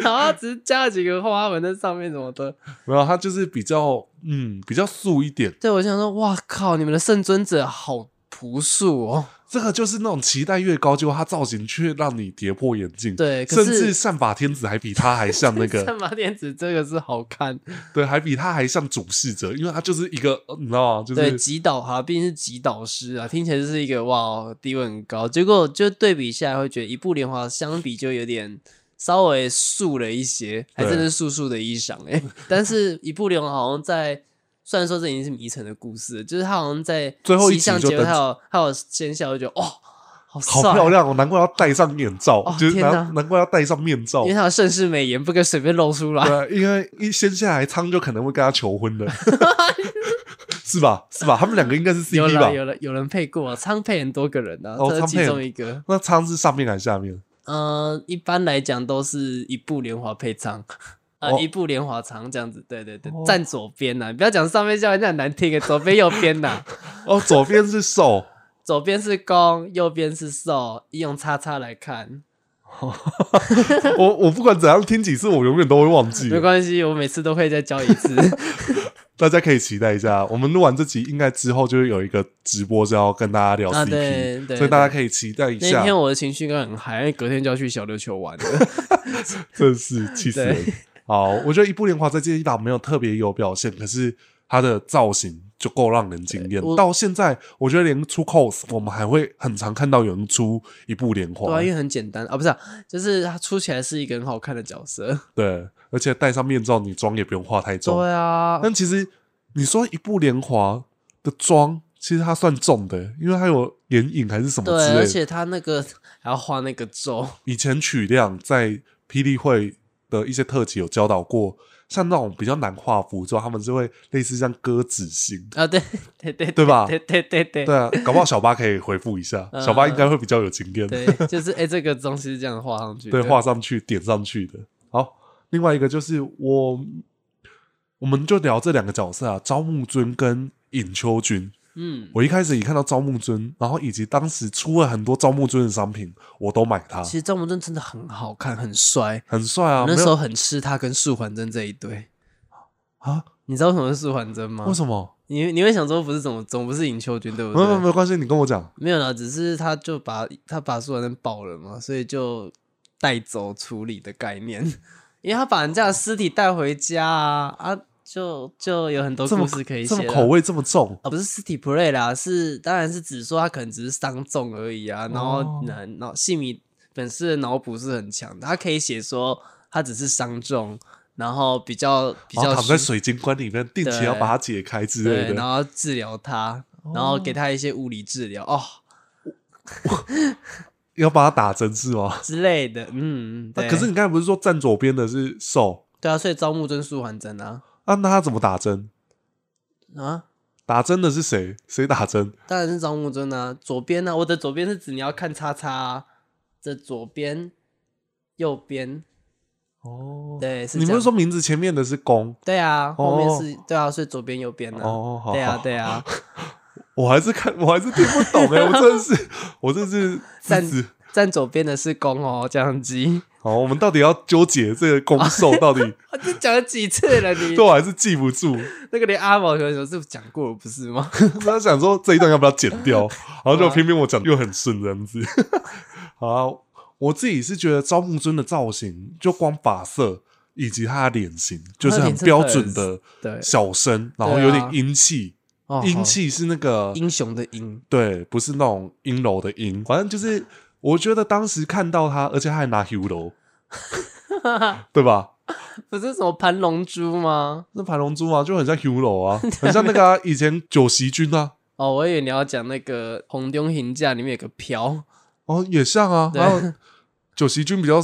B: 然后他只是加了几个花纹在上面什么的。
A: *laughs* 没有，他就是比较嗯比较素一点。
B: 对，我想说，哇靠，你们的圣尊者好朴素哦。
A: 这个就是那种期待越高，结果他造型却让你跌破眼镜。
B: 对可
A: 甚
B: 是
A: 至善法天子还比他还像那
B: *laughs*
A: 个
B: 圣马天子这个是好看，
A: 对，还比他还像主事者，因为他就是一个，呃你知道吗？就
B: 对，
A: 是
B: 吉导哈，毕竟是吉导师啊，听起来就是一个哇地位很高。结果就对比下来，会觉得一部莲花相比就有点稍微素了一些，还真的是素素的衣裳哎、 *laughs* 但是一部莲花好像在。虽然说这已经是迷城的故事了，就是他好像在
A: 最后一
B: 西
A: 集
B: 巷
A: 就
B: 结尾，
A: 登
B: 还有还有先笑，就觉得哇、哦好
A: 好
B: 帅，啊
A: 漂亮哦，难怪要戴上眼罩，
B: 哦
A: 就是
B: 天哪
A: 难难怪要戴上面罩
B: 因为。他的盛世美颜不可以随便露出来。
A: 对，啊因为一先下来，苍就可能会跟他求婚
B: *laughs*
A: 了，是吧？是吧？他们两个应该是
B: 有
A: CP
B: 了
A: 吧？
B: 有了有人配过、啊，仓配很多个人啊，
A: 哦
B: 这是
A: 仓
B: 其
A: 配
B: 中
A: 很
B: 一个。
A: 那苍是上面还是下面？
B: 呃，一般来讲都是一部莲花配仓，呃，
A: 哦
B: 一部莲花仓这样子。对对对，
A: 哦
B: 站左边呐、你不要讲上面下面，这样很难听。左边右边呐、
A: 哦，左边是手，
B: 左边是弓，右边是兽，用叉叉来看，
A: 我我不管怎样听几次，我永远都会忘记
B: 没。关系，我每次都会再教一次。
A: 大家可以期待一下，我们录完这集，应该之后就会有一个直播是要跟大家聊
B: 啊
A: CP，、
B: 对对
A: 所以大家可以期待一
B: *laughs* 那
A: 下
B: 天。我的情绪应该很嗨，因为隔天就要去小琉球玩了。
A: 真是气死人
B: 对。
A: 好，我觉得一部莲花在这一档没有特别有表现，可是它的造型就够让人惊艳
B: 对。我
A: 到现在，我觉得连出 cos，我们还会很常看到有人出一部莲
B: 对
A: 花
B: 啊，因，为很简单啊，不是、啊，就是他出起来是一个很好看的角色。
A: 对，而且戴上面罩，你妆也不用化太重。
B: 对啊，
A: 但其实你说一部莲花的妆，其实它算重的，因为它有眼影还是什么
B: 对，而
A: 之类的。
B: 且他那个还要画那个咒，
A: 以前曲亮在霹雳会的一些特辑有教导过，像那种比较难画符咒，他们是会类似像鸽子型。
B: 啊，对对对
A: 对吧
B: 对对对对
A: 对啊，搞不好小八可以回复一下，
B: *laughs* 嗯
A: 小八应该会比较有经验， *laughs*
B: 对，就是哎、这个东西是这样画上去的，
A: 对，画上去点上去的。好，另外一个就是我，我们就聊这两个角色啊，招募尊跟尹秋君。
B: 嗯，
A: 我一开始一看到招募尊，然后以及当时出了很多招募尊的商品，我都买它
B: 其，实赵文正真的很好看，很帅，
A: 很帅啊。
B: 我那
A: 没
B: 时
A: 有
B: 候很吃他跟素环真这一对。
A: 啊，
B: 你知道为什么是素环真吗
A: 为？什么？
B: 你你会想说不是怎么总不是尹秋君对不
A: 没有没有没
B: 对？
A: 有关系，你跟我讲。
B: 没有啦，只是他就把他把素环真爆了嘛，所以就带走处理的概念，因为他把人家的尸体带回家啊啊，就就有很多
A: 这么
B: 故事可以
A: 这么
B: 写啦。
A: 口味这么重，
B: 啊，不是尸体 play 啦，是当然是只说他可能只是伤重而已啊，然
A: 哦
B: 后脑脑姓米本身的脑补是很强的，他可以写说他只是伤重，然后比较比
A: 然后
B: 较
A: 躺在
B: 虚
A: 水晶棺里面，定期
B: 对
A: 要把它解开之类的哦
B: 对，然。后治疗他，然后给他一些物理治疗哦
A: 要把它打针是吗？ *laughs*
B: 之类的，嗯，嗯
A: 那
B: 对。
A: 可是你刚才不是说站左边的是手
B: 对啊，所以招募真素还真啊
A: 啊？那他怎么打针？
B: 啊，
A: 打针的是谁？谁打针？
B: 当然是招募真啊，左边呢、啊，我的左边是指你要看叉叉、啊，这左边。右边
A: 哦，
B: 对是
A: 你
B: 这
A: 不是
B: 样
A: 说名字前面的是弓？
B: 对啊，后面
A: 哦
B: 是、对啊，所以左边右边呢、
A: 哦，好，
B: 对啊
A: 好，
B: *laughs* 对啊，
A: 我还是看，我还是听不懂哎、我真的
B: *laughs*
A: 是，我真的是
B: 站
A: 自私。
B: 站左边的是公哦，这样机，
A: 好，我们到底要纠结这个攻受到
B: *laughs*
A: 底？
B: 我啊这讲了几次了
A: *laughs*
B: 你
A: 对？我还是记不住，
B: 那个连阿毛选手是讲过了不是吗？ *laughs*
A: 他想说这一段要不要剪掉，然后就偏偏我讲又很顺这样子。好啊、我自己是觉得招募尊的造型，就光发色以及他的脸型，就是很标准的
B: 对，
A: 小生，然后有点英气，
B: 哦
A: 英气是那个
B: 好英雄的英，
A: 对，不是那种阴柔的阴，反正就是我觉得当时看到他，而且他还拿 hero，对吧？
B: 不是什么盘龙珠吗？
A: 那盘龙珠啊，就很像 hero 啊，很像那个、啊、以前九席君啊，
B: 哦，我以为你要讲那个《红中行架》里面有个飘，
A: 哦，也像啊。
B: 对
A: 然 *laughs* 后九席君比较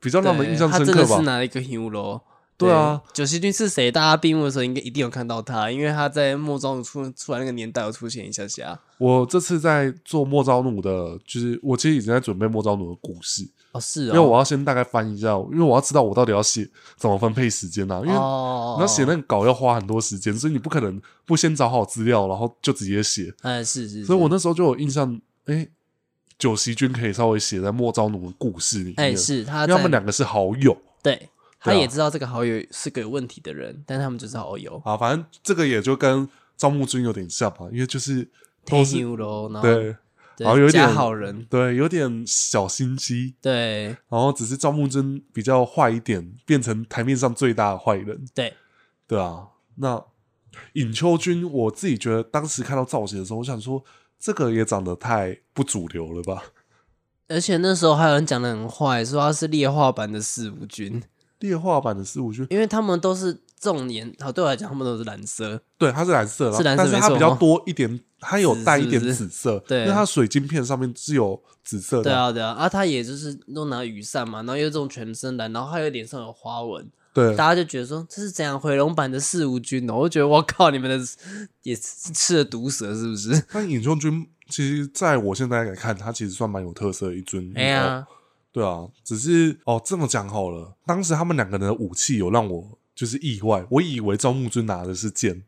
A: 比较让人印象
B: 对
A: 深
B: 他真
A: 刻
B: 的是
A: 吧？
B: 拿了一个 hero。
A: 对啊，
B: 九溪君是谁？大家闭幕的时候应该一定有看到他，因为他在末庄出出来那个年代有出现一下下。
A: 我这次在做莫昭努的，就是我其实已经在准备莫昭努的故事，
B: 哦，是
A: 因
B: 哦，
A: 为我要先大概翻一下，因为我要知道我到底要写怎么分配时间啊，因为
B: 哦，
A: 你要写那个稿要花很多时间，所以你不可能不先找好资料，然后就直接写。
B: 哎是是，
A: 所以
B: 是
A: 我那时候就有印象，哎、九席君可以稍微写在莫昭奴的故事里面，
B: 哎是他
A: 因为他们
B: 在
A: 两个是好友
B: 对，他
A: 对啊
B: 也知道这个好友是个有问题的人，但他们就是好友。
A: 啊。反正这个也就跟招募君有点像嘛，因为就是都
B: 天
A: 是
B: 牛喽，然后
A: 对
B: 对
A: 然后有
B: 假
A: 点
B: 好人，
A: 对，有点小心机，
B: 对
A: 然后只是赵木真比较坏一点，变成台面上最大的坏人，
B: 对，
A: 对啊。那尹秋君，我自己觉得当时看到造型的时候，我想说这个也长得太不主流了吧？
B: 而且那时候还有人讲的很坏，说他是劣化版的四五军，
A: 劣化版的四五君，
B: 因为他们都是这种颜，好对我来讲他们都是蓝色，
A: 对，它是蓝色的，
B: 是蓝色
A: 但是它
B: 没错哦
A: 比较多一点，它有带一点
B: 紫是不是
A: 紫色，
B: 对
A: 因为它水晶片上面是有紫色的，
B: 对啊对啊，啊他也就是弄拿雨伞嘛，然后又这种全身蓝，然后还有脸上有花纹，
A: 对
B: 大家就觉得说这是怎样回龙版的四无军哦，我就觉得我靠，你们的 *laughs* 也是吃了毒蛇是不是？
A: 但尹秀君其实在我现在来看，他其实算蛮有特色的一尊，
B: 哎呀，
A: 对啊，只是哦，这么讲好了，当时他们两个人的武器有让我就是意外，我以为赵木君拿的是剑，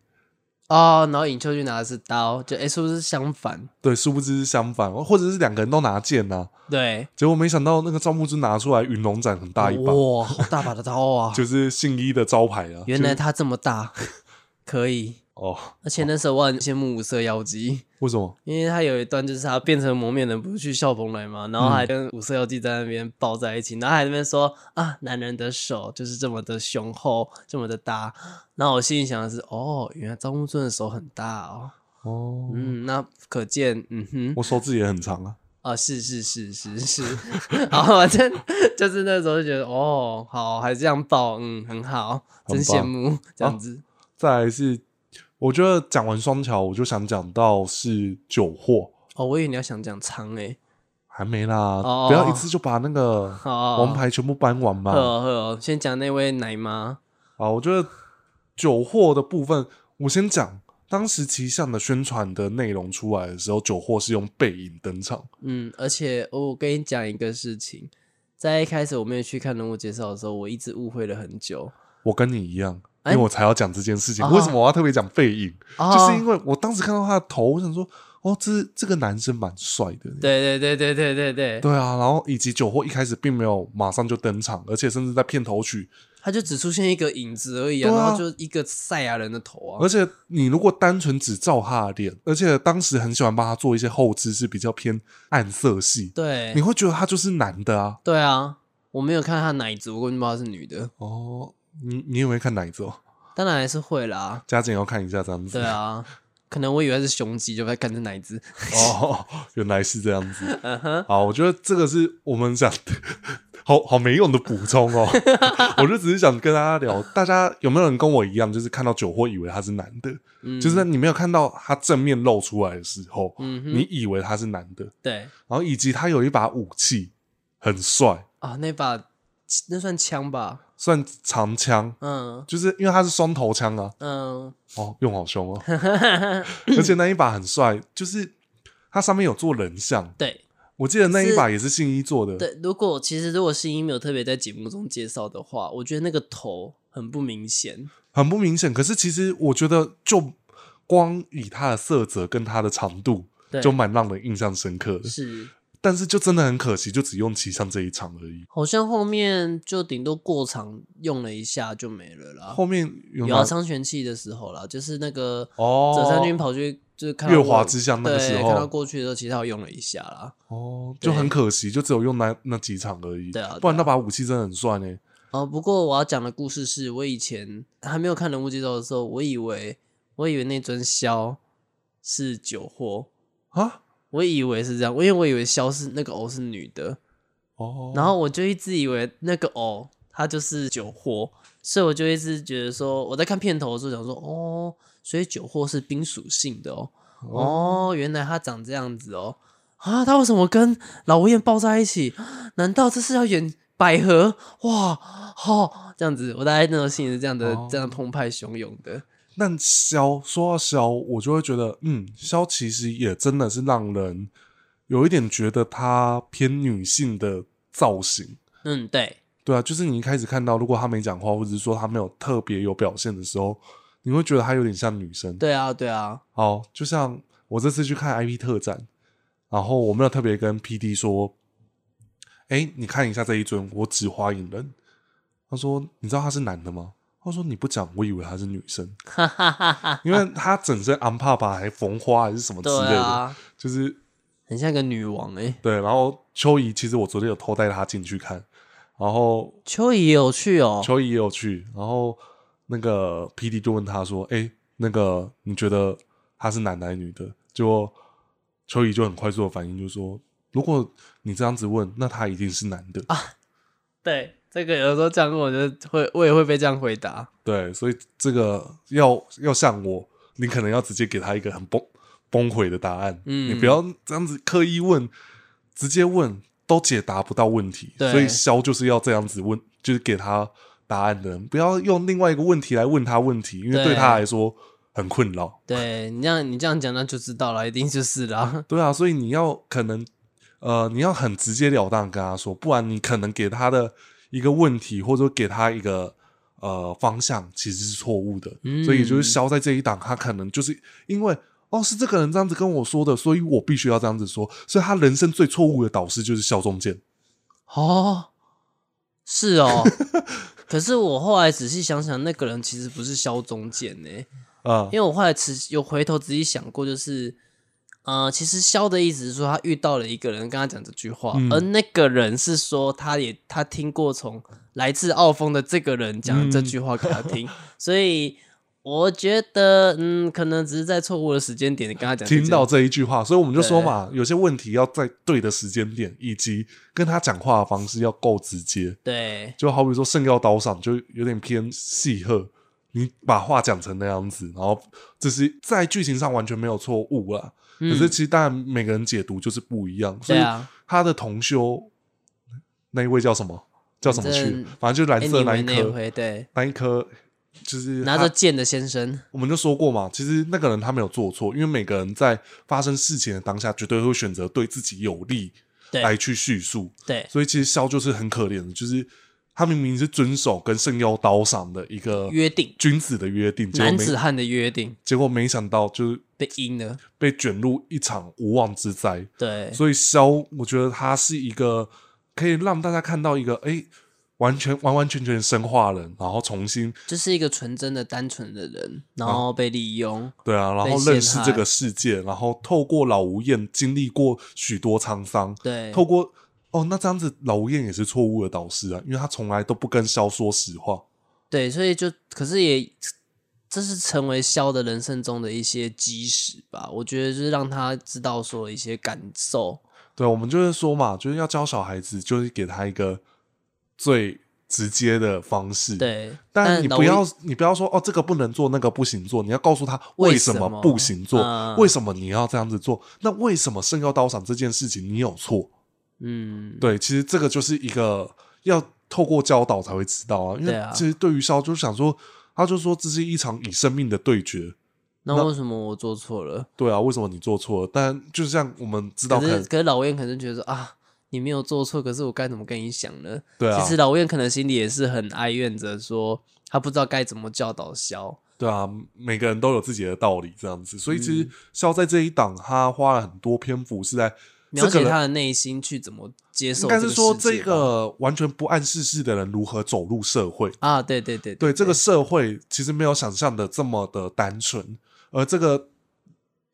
B: 哦，然后尹秋君拿的是刀，就哎、是不是相反？
A: 对，殊不知是相反，或者是两个人都拿剑呐、
B: 对，
A: 结果没想到那个赵木君拿出来云龙斩很大一把，
B: 哦哇，好大把的刀啊！
A: *laughs* 就是信一的招牌啊，
B: 原来
A: 就是
B: 他这么大，可以。
A: 哦，
B: 而且那时候我很羡慕五色妖姬，
A: 为什么？
B: 因为他有一段就是他变成蒙面人，不是去笑蓬莱嘛，然后还跟五色妖姬在那边抱在一起，然后还在那边说啊，男人的手就是这么的雄厚，这么的大。然后我心里想的是，哦，原来张木尊的手很大哦。
A: 哦，
B: 嗯，那可见，嗯哼，
A: 我手指也很长啊。
B: 啊，是是是是是， *laughs* 然后反正就是那时候就觉得，哦，好，还这样抱，嗯，很好，
A: 很
B: 真羡
A: 棒
B: 慕这
A: 啊
B: 样子。
A: 再来是，我觉得讲完双桥，我就想讲到是酒货，
B: 哦，我以为你要想讲苍欸诶，
A: 还没啦，
B: 哦
A: 不要一次就把那个
B: 哦
A: 王牌全部搬完嘛。
B: 呵哦呵哦，先讲那位奶妈，
A: 啊，我觉得酒货的部分，我先讲。当时旗象的宣传的内容出来的时候，酒货是用背影登场。
B: 嗯，而且、哦我跟你讲一个事情，在一开始我没有去看人物介绍的时候，我一直误会了很久，
A: 我跟你一样，因
B: 哎
A: 为我才要讲这件事情。
B: 哦
A: 为什么我要特别讲背影？
B: 哦
A: 就是因为我当时看到他的头，我想说，哦，这这个男生蛮帅的。
B: 对对对对对对对，
A: 对啊，然后以及酒货一开始并没有马上就登场，而且甚至在片头曲
B: 他就只出现一个影子而已、啊，
A: 对啊
B: 然后就一个赛亚人的头啊
A: 而，且你如果单纯只照他的脸，而且当时很喜欢帮他做一些后置，是比较偏暗色系，你
B: 对
A: 会觉得他就是男的啊。
B: 对啊，我没有看他奶子，我根本不知道是女的，
A: 哦，你你也会看哪一种？
B: 当然还是会啦，
A: *laughs* 加减要看一下这样子。
B: 对啊，可能我以为是雄鸡，就在看着奶子，
A: *laughs* 哦，原来是这样子。
B: 嗯哼，
A: 好，我觉得这个是我们想 *laughs* 好好没用的补充哦。 *laughs* 我就只是想跟大家聊，大家有没有人跟我一样，就是看到酒货以为他是男的，
B: 嗯
A: 就是在你没有看到他正面露出来的时候，
B: 嗯哼
A: 你以为他是男的。
B: 对。
A: 然后以及他有一把武器很帅，
B: 啊，那把那算枪吧？
A: 算长枪，
B: 嗯
A: 就是因为他是双头枪啊，
B: 嗯， *laughs*
A: 哦，用好凶哦，
B: *clears throat*
A: 而且那一把很帅，就是它上面有做人像，
B: 对
A: 我记得那一把也是信一做的，
B: 对。如果其实如果新一没有特别在节目中介绍的话，我觉得那个头很不明显。
A: 很不明显，可是其实我觉得就光以它的色泽跟它的长度。
B: 对
A: 就蛮让人印象深刻的，
B: 是，
A: 但是就真的很可惜，就只用骑上这一场而已。
B: 好像后面就顶多过场用了一下就没了啦。
A: 后面有
B: 有啊，
A: 哪
B: 苍玄气的时候啦，就是那个
A: 哦
B: 折三军跑去就是看到
A: 月
B: 过
A: 华之乡那个时
B: 对
A: 候
B: 看到过去的时候，其实他有用了一下啦。
A: 哦，就很可惜，就只有用那那几场而已。
B: 对啊对啊
A: 不然那把武器真的很帅呢。
B: 哦，不过我要讲的故事是我以前还没有看人物介绍的时候，我以为我以为那尊枭是酒货，
A: 啊，
B: 我以为是这样，因为我以为枭是那个偶是女的，
A: 哦，
B: 然后我就一直以为那个偶她就是酒货，所以我就一直觉得说，我在看片头的时候想说，哦，所以酒货是冰属性的哦，哦，原来她长这样子哦。啊，他为什么跟老吴燕抱在一起？难道这是要演百合？哇，好、这样子，我大概那时候心里是这样的，
A: 哦
B: 这样澎湃汹涌的。
A: 但萧说到萧，我就会觉得，嗯，萧其实也真的是让人有一点觉得她偏女性的造型。
B: 嗯，对，
A: 对啊，就是你一开始看到，如果她没讲话，或者是说她没有特别有表现的时候，你会觉得她有点像女生。
B: 对啊，对啊，
A: 好，就像我这次去看 IP 特展，然后我没有特别跟 PD 说，哎、你看一下这一尊，我指花影人。他说，你知道他是男的吗？他说你不讲，我以为他是女
B: *laughs*
A: 生。
B: 哈哈哈哈，
A: 因为他整身安帕帕还缝花还是什么之类
B: 对
A: 的，
B: 啊，
A: 就是
B: 很像个女王哎、
A: 对。然后秋怡，其实我昨天有偷带她进去看，然后
B: 秋怡也有去哦，
A: 秋怡也有去，然后那个 P D 就问他说：“哎、那个你觉得他是男的还是女的？”结果秋怡就很快速的反应，就说：“如果你这样子问，那他一定是男的。
B: 对，这个有时候这样问，我就会我也会被这样回答。
A: 对，所以这个要要像我，你可能要直接给他一个很崩崩溃的答案，
B: 嗯
A: 你不要这样子刻意问，直接问都解答不到问题，
B: 对
A: 所以肖就是要这样子问，就是给他答案的人，不要用另外一个问题来问他问题，因为
B: 对
A: 对他来说很困扰。
B: 对你这样你这样讲，那就知道了，一定就是啦。
A: 对啊，所以你要可能呃，你要很直截了当地跟他说，不然你可能给他的一个问题，或者说给他一个呃方向，其实是错误的。
B: 嗯
A: 所以就是肖在这一档，他可能就是因为哦是这个人这样子跟我说的，所以我必须要这样子说。所以他人生最错误的导师就是肖仲健。
B: 哦，是哦。 *laughs* 可是我后来仔细想想，那个人其实不是肖中建呢、 *laughs*
A: 啊、
B: 因为我后来仔有回头仔细想过，就是，呃，其实肖的意思是说他遇到了一个人，跟他讲这句话，
A: 嗯
B: 而那个人是说他也他听过从来自澳丰的这个人讲
A: 嗯
B: 这句话给他听，所以我觉得，嗯，可能只是在错误的时间点跟他讲这句话，
A: 听到这一句话，所以我们就说嘛，有些问题要在对的时间点，以及跟他讲话的方式要够直接。
B: 对
A: 就好比说圣药刀上，就有点偏戏鹤，你把话讲成那样子，然后这是在剧情上完全没有错误啦。
B: 嗯
A: 可是其实当然每个人解读就是不一样，所以
B: 对啊
A: 他的同修那一位叫什么？叫什么
B: 反
A: 去
B: 正？
A: 反正就蓝色那
B: ，anyway
A: 一
B: 那一
A: 颗，
B: 回对。
A: 那一颗就是
B: 拿
A: 他
B: 着剑的先生，
A: 我们就说过嘛，其实那个人他没有做错，因为每个人在发生事情的当下，绝对会选择对自己有利
B: 对
A: 来去叙述。
B: 对
A: 所以其实萧就是很可怜的，就是他明明是遵守跟圣妖刀上的一个
B: 约定，
A: 君子的约定，结果
B: 男
A: 没
B: 子汉的约定
A: 结果没想到就是
B: 被阴了，
A: 被卷入一场无妄之灾。
B: 对，
A: 所以萧，我觉得他是一个可以让大家看到一个哎、诶完全完完全全生化人，然后重新
B: 就是一个纯真的、单纯的人，然
A: 啊
B: 后被利用，
A: 对啊，然
B: 被
A: 后
B: 陷
A: 认识
B: 害
A: 这个世界，然后透过老吴燕经历过许多沧桑，
B: 对，
A: 透过哦，那这样子老吴燕也是错误的导师啊，因为他从来都不跟萧说实话。
B: 对，所以就可是也，这是成为肖的人生中的一些基石吧。我觉得就是让他知道说一些感受，
A: 对，我们就是说嘛，就是要教小孩子，就是给他一个最直接的方式。，
B: 对，
A: 但你
B: 老
A: 不
B: 吴
A: 要你不要说哦，这个不能做，那个不行做，你要告诉他为什么不行做，
B: 为什么嗯
A: 为什么你要这样子做，那为什么圣药刀赏这件事情你有错？
B: 嗯，
A: 对，其实这个就是一个要透过教导才会知道啊，因
B: 对
A: 为
B: 啊
A: 其实对于肖就想说，他就说这是一场以生命的对决。
B: 那为什么我做错了？
A: 对啊，为什么你做错了？但就像我们知道，
B: 可
A: 可
B: 是
A: 能
B: 可是老燕可能觉得说啊。你没有做错，可是我该怎么跟你讲呢？
A: 对啊
B: 其实老燕可能心里也是很哀怨着，说他不知道该怎么教导肖。
A: 对啊，每个人都有自己的道理，这样子。所以其
B: 嗯
A: 实肖在这一档，他花了很多篇幅是在
B: 描
A: 这个
B: 写
A: 人，
B: 他的内心去怎么接受
A: 应
B: 个
A: 该
B: 世界吧。
A: 是说这个完全不谙世事的人如何走入社会。
B: 啊，对对对
A: 对这个社会，其实没有想象的这么的单纯，而这个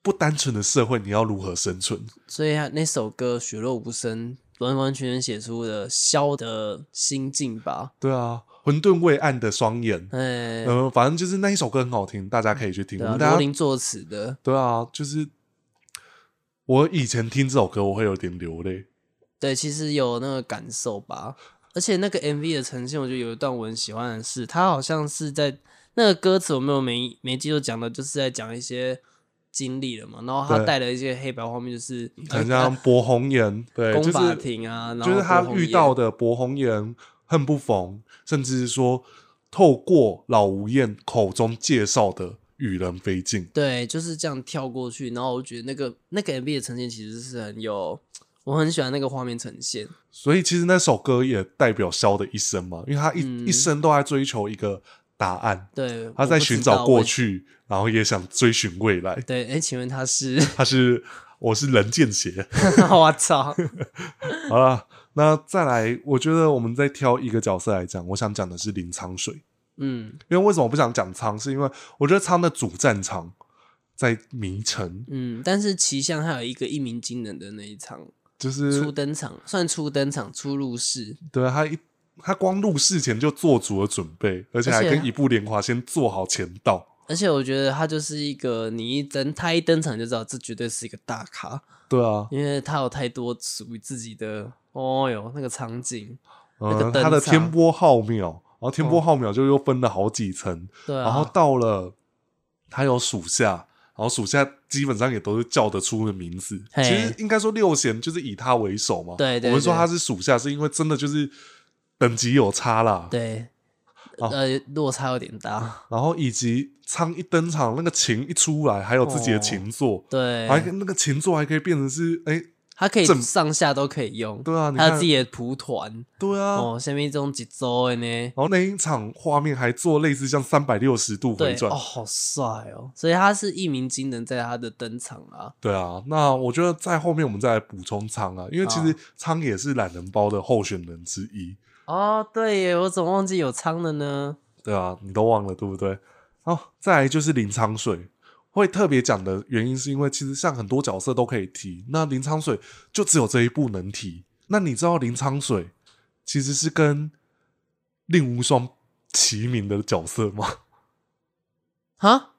A: 不单纯的社会，你要如何生存？
B: 所以他那首歌《血肉无声》完完全全写出了萧的心境吧。
A: 对啊，混沌未暗的双眼，
B: 哎、
A: 嗯、反正就是那一首歌很好听，大家可以去听。
B: 对
A: 我
B: 啊，
A: 们大
B: 罗
A: 家
B: 琳作词的，
A: 对啊，就是我以前听这首歌，我会有点流泪。
B: 对，其实有那个感受吧。而且那个 MV 的呈现，我觉得有一段我很喜欢的是，他好像是在那个歌词，我没有没没记住讲的，就是在讲一些经历了嘛，然后他
A: 对
B: 带了一些黑白画面，就是
A: 很像柏红颜，对，
B: 公
A: 就
B: 法
A: 是
B: 庭啊，然后
A: 就是他
B: 国红
A: 遇
B: 宴
A: 到的柏红颜恨不逢，甚至是说透过老吴燕口中介绍的与人非近，
B: 对，就是这样跳过去，然后我觉得那个那个 MV 的呈现其实是很有，我很喜欢那个画面呈现。
A: 所以其实那首歌也代表萧的一生嘛，因为他一、
B: 嗯
A: 一生都在追求一个答案，
B: 对，
A: 他
B: 我
A: 在
B: 不
A: 寻
B: 知
A: 找
B: 道欸
A: 过
B: 为。
A: 去，然后也想追寻未来。
B: 对，哎，请问他是？ *laughs*
A: 他是我是人见血，
B: 我操！
A: 好了，那再来，我觉得我们再挑一个角色来讲，我想讲的是林苍水。
B: 嗯
A: 因为为什么我不想讲仓，是因为我觉得仓的主战场在迷城，
B: 嗯，但是奇象还有一个一鸣惊人的那一场
A: 就是
B: 初登场，算初登场初入室，
A: 对他一他光入世前就做足了准备，而且还
B: 而且
A: 跟一步莲华先做好前道。
B: 而且我觉得他就是一个你一登他一登场就知道这绝对是一个大咖，
A: 对啊，
B: 因为他有太多属于自己的，哦哟那个场景，那个
A: 嗯，
B: 登
A: 他的
B: 场
A: 天波浩渺，然后天波浩渺就又分了好几层，
B: 对啊，
A: 然后到了他有属下。然后属下基本上也都是叫得出的名字，
B: 嘿
A: 其实应该说六贤就是以他为首嘛。
B: 对对
A: 我们说
B: 对
A: 他是属下，是因为真的就是等级有差啦。
B: 对，
A: 哦
B: 呃，落差有点大，
A: 然后以及仓一登场，那个琴一出来，还有自己的琴座，
B: 对，
A: 还那个琴座还可以变成是，哎，
B: 它可以
A: 正
B: 上下都可以用，
A: 对啊，你
B: 还有
A: 看
B: 自，己的蒲团
A: 对啊，
B: 哦，下面这种几周的呢，
A: 然后那一场画面还做类似像三百六十度回
B: 对，
A: 转
B: 哦，，好帅哦，所以他是一鸣惊人，在他的登场啦，
A: 对啊，那我觉得在后面我们再来补充仓啊，因为其实
B: 好
A: 仓也是懒人包的候选人之一，
B: 哦，对耶，我怎么忘记有仓了呢？
A: 对啊，你都忘了对不对？好，再来就是林昌水。会特别讲的原因是因为其实像很多角色都可以提，那林昌水就只有这一部能提。那你知道林昌水其实是跟令无双齐名的角色吗？
B: 哈，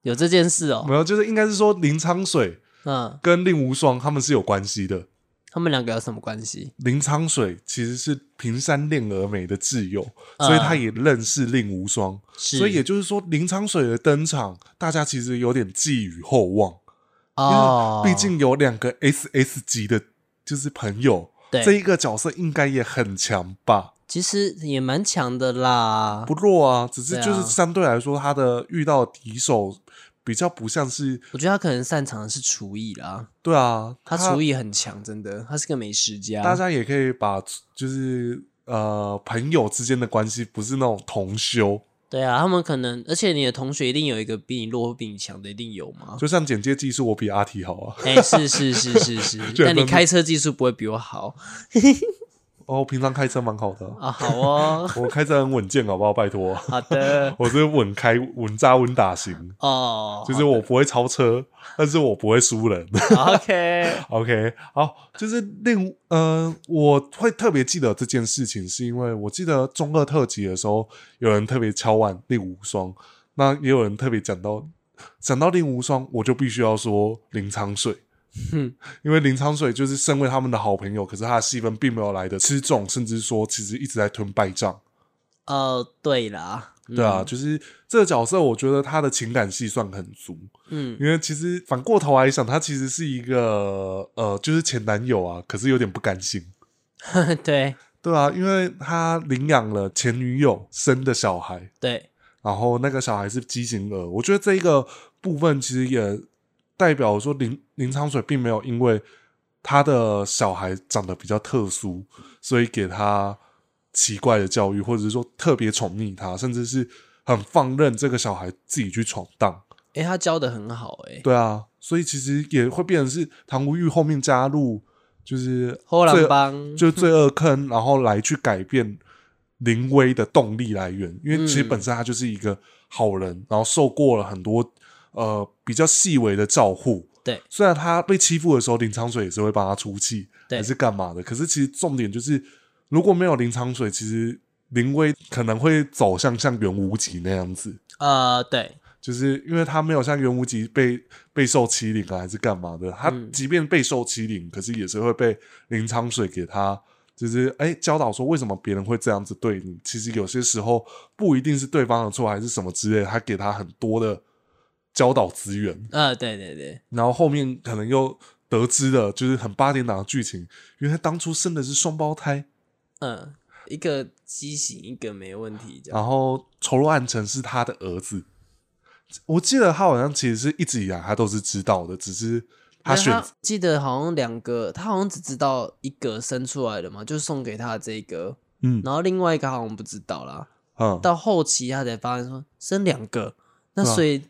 B: 有这件事哦
A: 没，有，就是应该是说林昌水
B: 嗯，
A: 跟令无双他们是有关系的。
B: 他们两个有什么关系？
A: 林昌水其实是平山恋峨眉的挚友，
B: 嗯
A: 所以他也认识令无双。
B: 是
A: 所以也就是说，林昌水的登场，大家其实有点寄予厚望。
B: 哦，
A: 毕竟有两个 S S 级的，就是朋友，
B: 对
A: 这一个角色应该也很强吧？
B: 其实也蛮强的啦，
A: 不弱啊，只是
B: 对啊
A: 就是相对来说，他的遇到的敌手比较不像是
B: 我觉得他可能擅长的是厨艺啦，
A: 对啊，
B: 他厨艺啊很强，真的，他是个美食家，
A: 大家也可以把就是呃朋友之间的关系，不是那种同修，
B: 对啊，他们可能，而且你的同学一定有一个比你弱、比你强的，一定有嘛。
A: 就像剪接技术，我比阿提好啊。
B: 哎、是是是是
A: *laughs*
B: 是，
A: 居然
B: 但你
A: 分不
B: 开车技术不会比我好
A: 哦，平常开车蛮好的啊、
B: 啊。好哦，
A: 我开车很稳健，好不好？拜托，啊
B: 好的，
A: 我是稳开、稳扎、稳打型，
B: 哦，
A: *laughs* 就是我不会超车，但是我不会输人。
B: 好 OK，
A: OK，好，就是另呃，我会特别记得这件事情，是因为我记得中二特辑的时候，有人特别敲碗令无双，那也有人特别讲到讲到令无双，我就必须要说林昌水，
B: 哼
A: *laughs* 因为林昌水就是身为他们的好朋友，可是他的戏份并没有来的吃重，甚至说其实一直在吞败仗。
B: 哦，对啦，嗯
A: 对啊，就是这个角色，我觉得他的情感戏算很足，
B: 嗯， *laughs*
A: 因为其实反过头来想，他其实是一个呃，就是前男友啊，可是有点不甘心。
B: 嗯，对
A: 对啊，因为他领养了前女友生的小孩，
B: 对，
A: 然后那个小孩是畸形儿。我觉得这一个部分其实也代表说林林昌水并没有因为他的小孩长得比较特殊，所以给他奇怪的教育，或者是说特别宠溺他，甚至是很放任这个小孩自己去闯荡。
B: 哎、他教的很好、诶哎，
A: 对啊，所以其实也会变成是唐无玉后面加入，就是
B: 后
A: 最
B: 浪帮，
A: 就是罪恶坑，然后来去改变林威的动力来源，因为其实
B: 嗯
A: 本身他就是一个好人，然后受过了很多呃比较细微的照护。
B: 对，
A: 虽然他被欺负的时候，林长水也是会帮他出气，
B: 对
A: 还是干嘛的，可是其实重点就是，如果没有林长水，其实林威可能会走向像袁无极那样子。
B: 呃，对，
A: 就是因为他没有像袁无极被备受欺凌啊，还是干嘛的？他
B: 嗯
A: 即便备受欺凌，可是也是会被林昌水给他就是哎、教导说为什么别人会这样子对你。其实有些时候不一定是对方的错，还是什么之类的，他给他很多的教导资源，
B: 啊，对对对，
A: 然后后面可能又得知了就是很八点档的剧情，原来当初生的是双胞胎，
B: 嗯，一个畸形，一个没问题，这样。
A: 然后仇洛暗沉是他的儿子。我记得他好像其实是一直以来他都是知道的，只是他
B: 因为
A: 选
B: 他记得好像两个，他好像只知道一个生出来的嘛，就送给他的这个，
A: 嗯
B: 然后另外一个好像不知道啦。
A: 嗯
B: 到后期他才发现说生两个，那
A: 对啊
B: 所以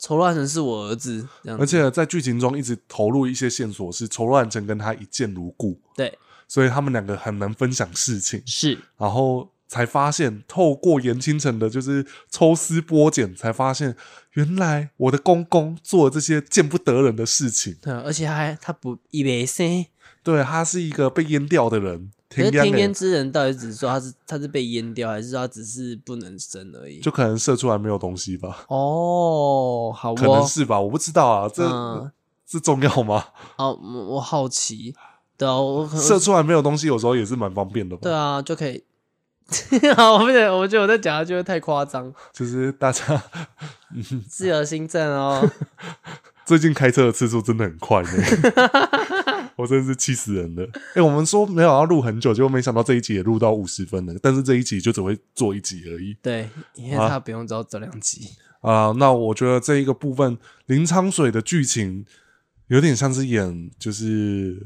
B: 仇乱神是我儿子，这样子
A: 而且在剧情中一直投入一些线索，是仇乱成跟他一见如故，
B: 对
A: 所以他们两个很能分享事情，
B: 是
A: 然后才发现透过严清城的就是抽丝剥茧，才发现原来我的公公做了这些见不得人的事情。
B: 对啊，而且他还他不以为生，
A: 对他是一个被阉掉的人，
B: 可是
A: 天
B: 天
A: 烟
B: 烟
A: 欸
B: 之人到底只是说他是他是被阉掉，还是说他只是不能生而已？
A: 就可能射出来没有东西吧，
B: 哦，好
A: 可能
B: 哦，
A: 是吧，我不知道啊，这、
B: 嗯
A: 这重要吗？
B: 好，我我好奇，对啊，我可能
A: 射出来没有东西，有时候也是蛮方便的吧。
B: 对啊，就可以。 *laughs* 好，我不觉得，我觉得我在讲下去会太夸张。
A: 就是大家 *laughs*
B: 自由新政哦，
A: 最近开车的次数真的很快呢，我真是气死人了。哎、我们说没有要录很久，结果没想到这一集也录到五十分了，但是这一集就只会做一集而已
B: *laughs* 对，因为
A: 好啊
B: 他不用找这两集。
A: 啊、那我觉得这一个部分，林昌水的剧情有点像是演就是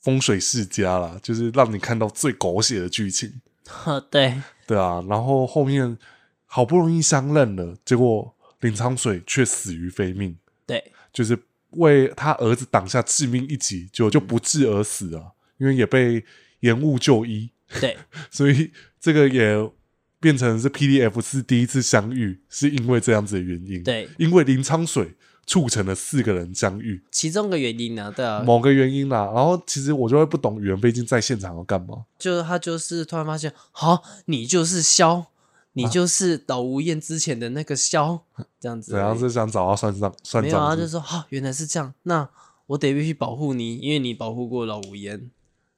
A: 风水世家啦，就是让你看到最狗血的剧情，
B: 呵 *laughs* 对，
A: 对啊。然后后面好不容易相认了，结果林昌水却死于非命。
B: 对，
A: 就是为他儿子挡下致命一击，就
B: 嗯
A: 就不治而死啊，因为也被延误就医，
B: 对，
A: 所以这个也变成是 PDF 四第一次相遇，是因为这样子的原因。
B: 对
A: 因为林昌水促成了四个人相遇，
B: 其中一个原因呢、对啊，
A: 某个原因啦、然后其实我就会不懂宇文飞进在现场要干嘛，
B: 就是他就是突然发现，好、你就是萧，你就是岛无厌之前的那个萧，这样子
A: 怎
B: 而已。
A: 样是想找他算账算
B: 没有
A: 账
B: 啊，
A: 是
B: 他
A: 不？
B: 就是说，好、原来是这样，那我得必须保护你，因为你保护过老无烟，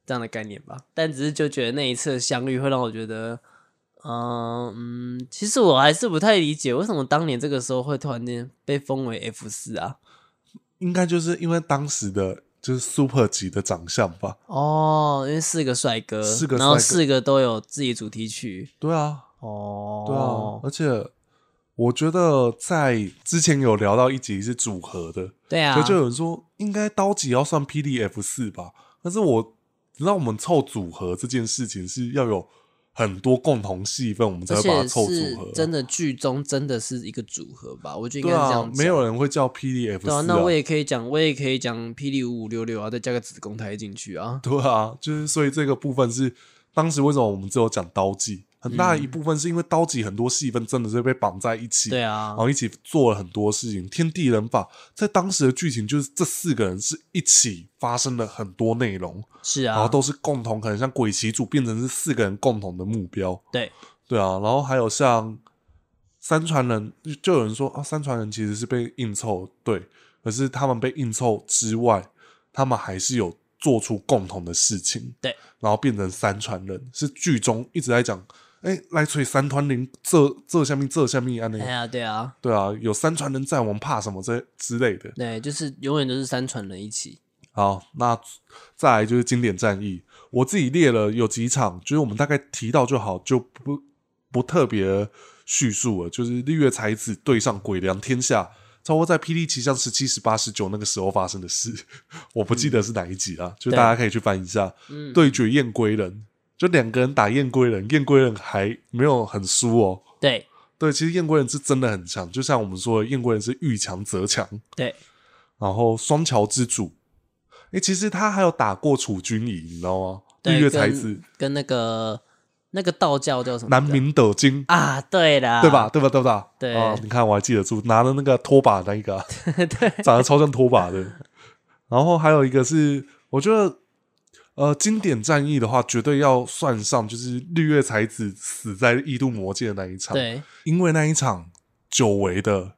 B: 这样的概念吧。但只是就觉得那一次的相遇会让我觉得，嗯嗯，其实我还是不太理解为什么当年这个时候会突然间被封为 F 四啊。
A: 应该就是因为当时的就是 Super 级的长相吧？
B: 哦，因为四个帅哥，
A: 四个
B: 然后
A: 帅哥
B: 四个都有自己主题曲。
A: 对啊，对啊
B: 哦，，
A: 而且我觉得在之前有聊到一集是组合的，
B: 对啊，
A: 所以就有人说应该刀几要算 PDF 四吧，但是我你知道我们凑组合这件事情是要有很多共同戏份，我们才
B: 而
A: 会把
B: 且
A: 它凑组
B: 是
A: 合。啊
B: 真的剧中真的是一个组合吧，我觉得应
A: 对
B: 该是这
A: 啊
B: 样，
A: 没
B: 讲
A: 有人会叫 PDF 四
B: 对啊，那我也可以讲，我也可以讲霹雳五五六六啊，再加个子宫胎进去啊。
A: *laughs* 对啊，就是所以这个部分是当时为什么我们只有讲刀技，很大一部分是因为刀技很多戏份真的是被哦绑在一起。
B: 嗯对啊
A: 然，后一起做了很多事情。天地人法在当时的剧情就是这四个人是一起发生了很多内容，
B: 是
A: 然后
B: 啊，
A: 哦都是共同，可能像鬼旗主变成是四个人共同的目标。
B: 对，
A: 对啊，然后还有像三传人，就就有人说啊，三传人其实是被硬凑，对，可是他们被硬凑之外，他们还是有做出共同的事情，
B: 对，
A: 然后变成三传人，是剧中一直在讲。哎，来吹三团零，这这下面这下面啊那
B: 哎呀，对啊，
A: 对啊，有三传人在，我们怕什么这之类的。
B: 对，就是永远都是三传人一起。
A: 好，那再来就是经典战役，我自己列了有几场，就是我们大概提到就好，就不不特别叙述了。就是绿月才子对上鬼良天下，差不多在霹雳奇象十七、十八、十九那个时候发生的事，我不记得是哪一集啊，就大家可以去翻一下。
B: 嗯，
A: 对决燕归人，就两个人打燕归人，燕归人还没有很输哦。
B: 对
A: 对，其实燕归人是真的很强，就像我们说的，燕归人是遇强则强。
B: 对，
A: 然后双桥之主，诶，其实他还有打过楚君仪，你知道吗？
B: 对
A: 日月
B: 跟
A: 才子
B: 跟那个那个道教叫什么？
A: 南明德经，
B: 啊，对啦，
A: 对
B: *laughs*
A: 吧？？对吧？对吧？
B: 对
A: 啊，你看我还记得住，拿了那个拖把那一
B: *laughs*
A: 个啊，长得超像拖把的。然后还有一个是，我觉得。呃，经典战役的话，绝对要算上就是绿月才子死在异度魔界的那一场，
B: 对，
A: 因为那一场久违的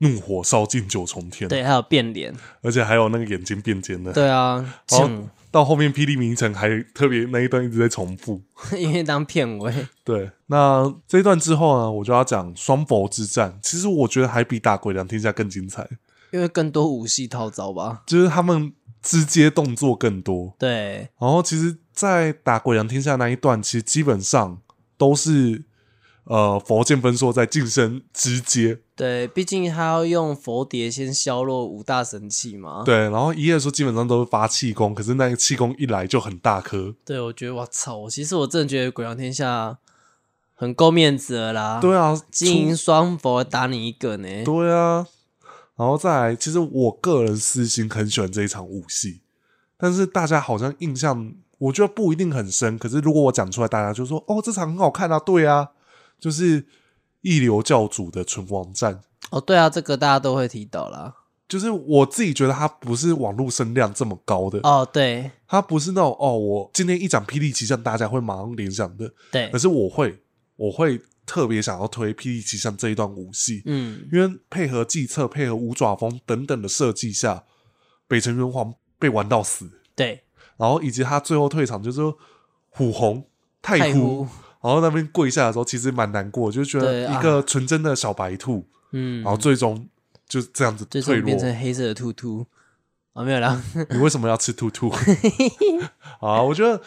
A: 怒火烧尽九重天，
B: 对，还有变脸，
A: 而且还有那个眼睛变尖的，
B: 对啊，
A: 然后
B: 像
A: 到后面霹雳迷城还特别那一段一直在重复。
B: *laughs* 因为当片尾，
A: 对，那这一段之后呢，我就要讲双佛之战。其实我觉得还比打鬼良天下更精彩，
B: 因为更多武戏套招吧，
A: 就是他们直接动作更多。
B: 对，
A: 然后其实，在打鬼良天下那一段，其实基本上都是呃佛剑分说在近身直接
B: 对，毕竟他要用佛碟先削弱五大神器嘛。
A: 对，然后一页说基本上都是发气功，可是那个气功一来就很大颗。
B: 对，我觉得我操，我其实我真的觉得《鬼王天下》很够面子了啦。
A: 对，啊，
B: 金银
A: 出
B: 双佛打你一个呢。
A: 对啊，然后再来，其实我个人私心很喜欢这一场武戏，但是大家好像印象我觉得不一定很深，可是如果我讲出来，大家就说哦这场很好看啊，对啊，就是一流教主的存亡战。
B: 哦，对啊，这个大家都会提到啦。
A: 就是我自己觉得它不是网络声量这么高的，
B: 哦，对
A: 它不是那种哦，我今天一讲《霹雳奇象》，大家会马上联想的，
B: 对
A: 可，是我会，我会特别想要推《霹雳奇象》这一段武戏，
B: 嗯，
A: 因为配合计策、配合五爪风等等的设计下，北辰元皇被玩到死，
B: 对，
A: 然后以及他最后退场就是说虎红太
B: 太
A: 呼
B: 呼，
A: 然后那边跪下的时候，其实蛮难过，就觉
B: 对
A: 得
B: 啊
A: 一个纯真的小白兔，
B: 嗯
A: 然，后最终就是这样子
B: 最
A: 退
B: 终变
A: 落。
B: 成黑色的兔兔。啊、没有啦，
A: *laughs* 你为什么要吃兔 *laughs* 兔？啊，我觉得，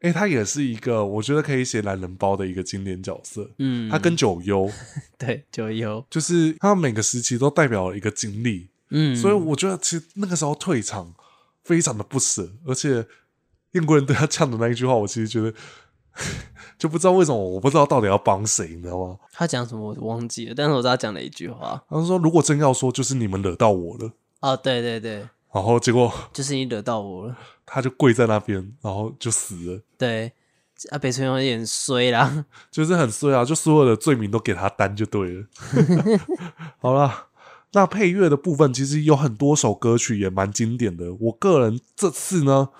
A: 哎、他也是一个我觉得可以写懒人包的一个经典角色。
B: 嗯，
A: 他跟九幽，
B: 对九幽，
A: 就是他每个时期都代表了一个经历，
B: 嗯，
A: 所以我觉得其实那个时候退场非常的不舍，而且英国人对他唱的那一句话，我其实觉得 *laughs* 就不知道为什么，我不知道到底要帮谁，你知道吗？
B: 他讲什么我忘记了，但是我知道他讲了一句话。
A: 他说如果真要说，就是你们惹到我了，
B: 哦，对对对，
A: 然后结果
B: 就是你惹到我了。
A: 他就跪在那边，然后就死了。
B: 对，啊，北村有点衰啦。 *laughs*
A: 就是很衰啊，就所有的罪名都给他担就对了。 *laughs* 好啦，那配乐的部分其实有很多首歌曲也蛮经典的。我个人这次呢，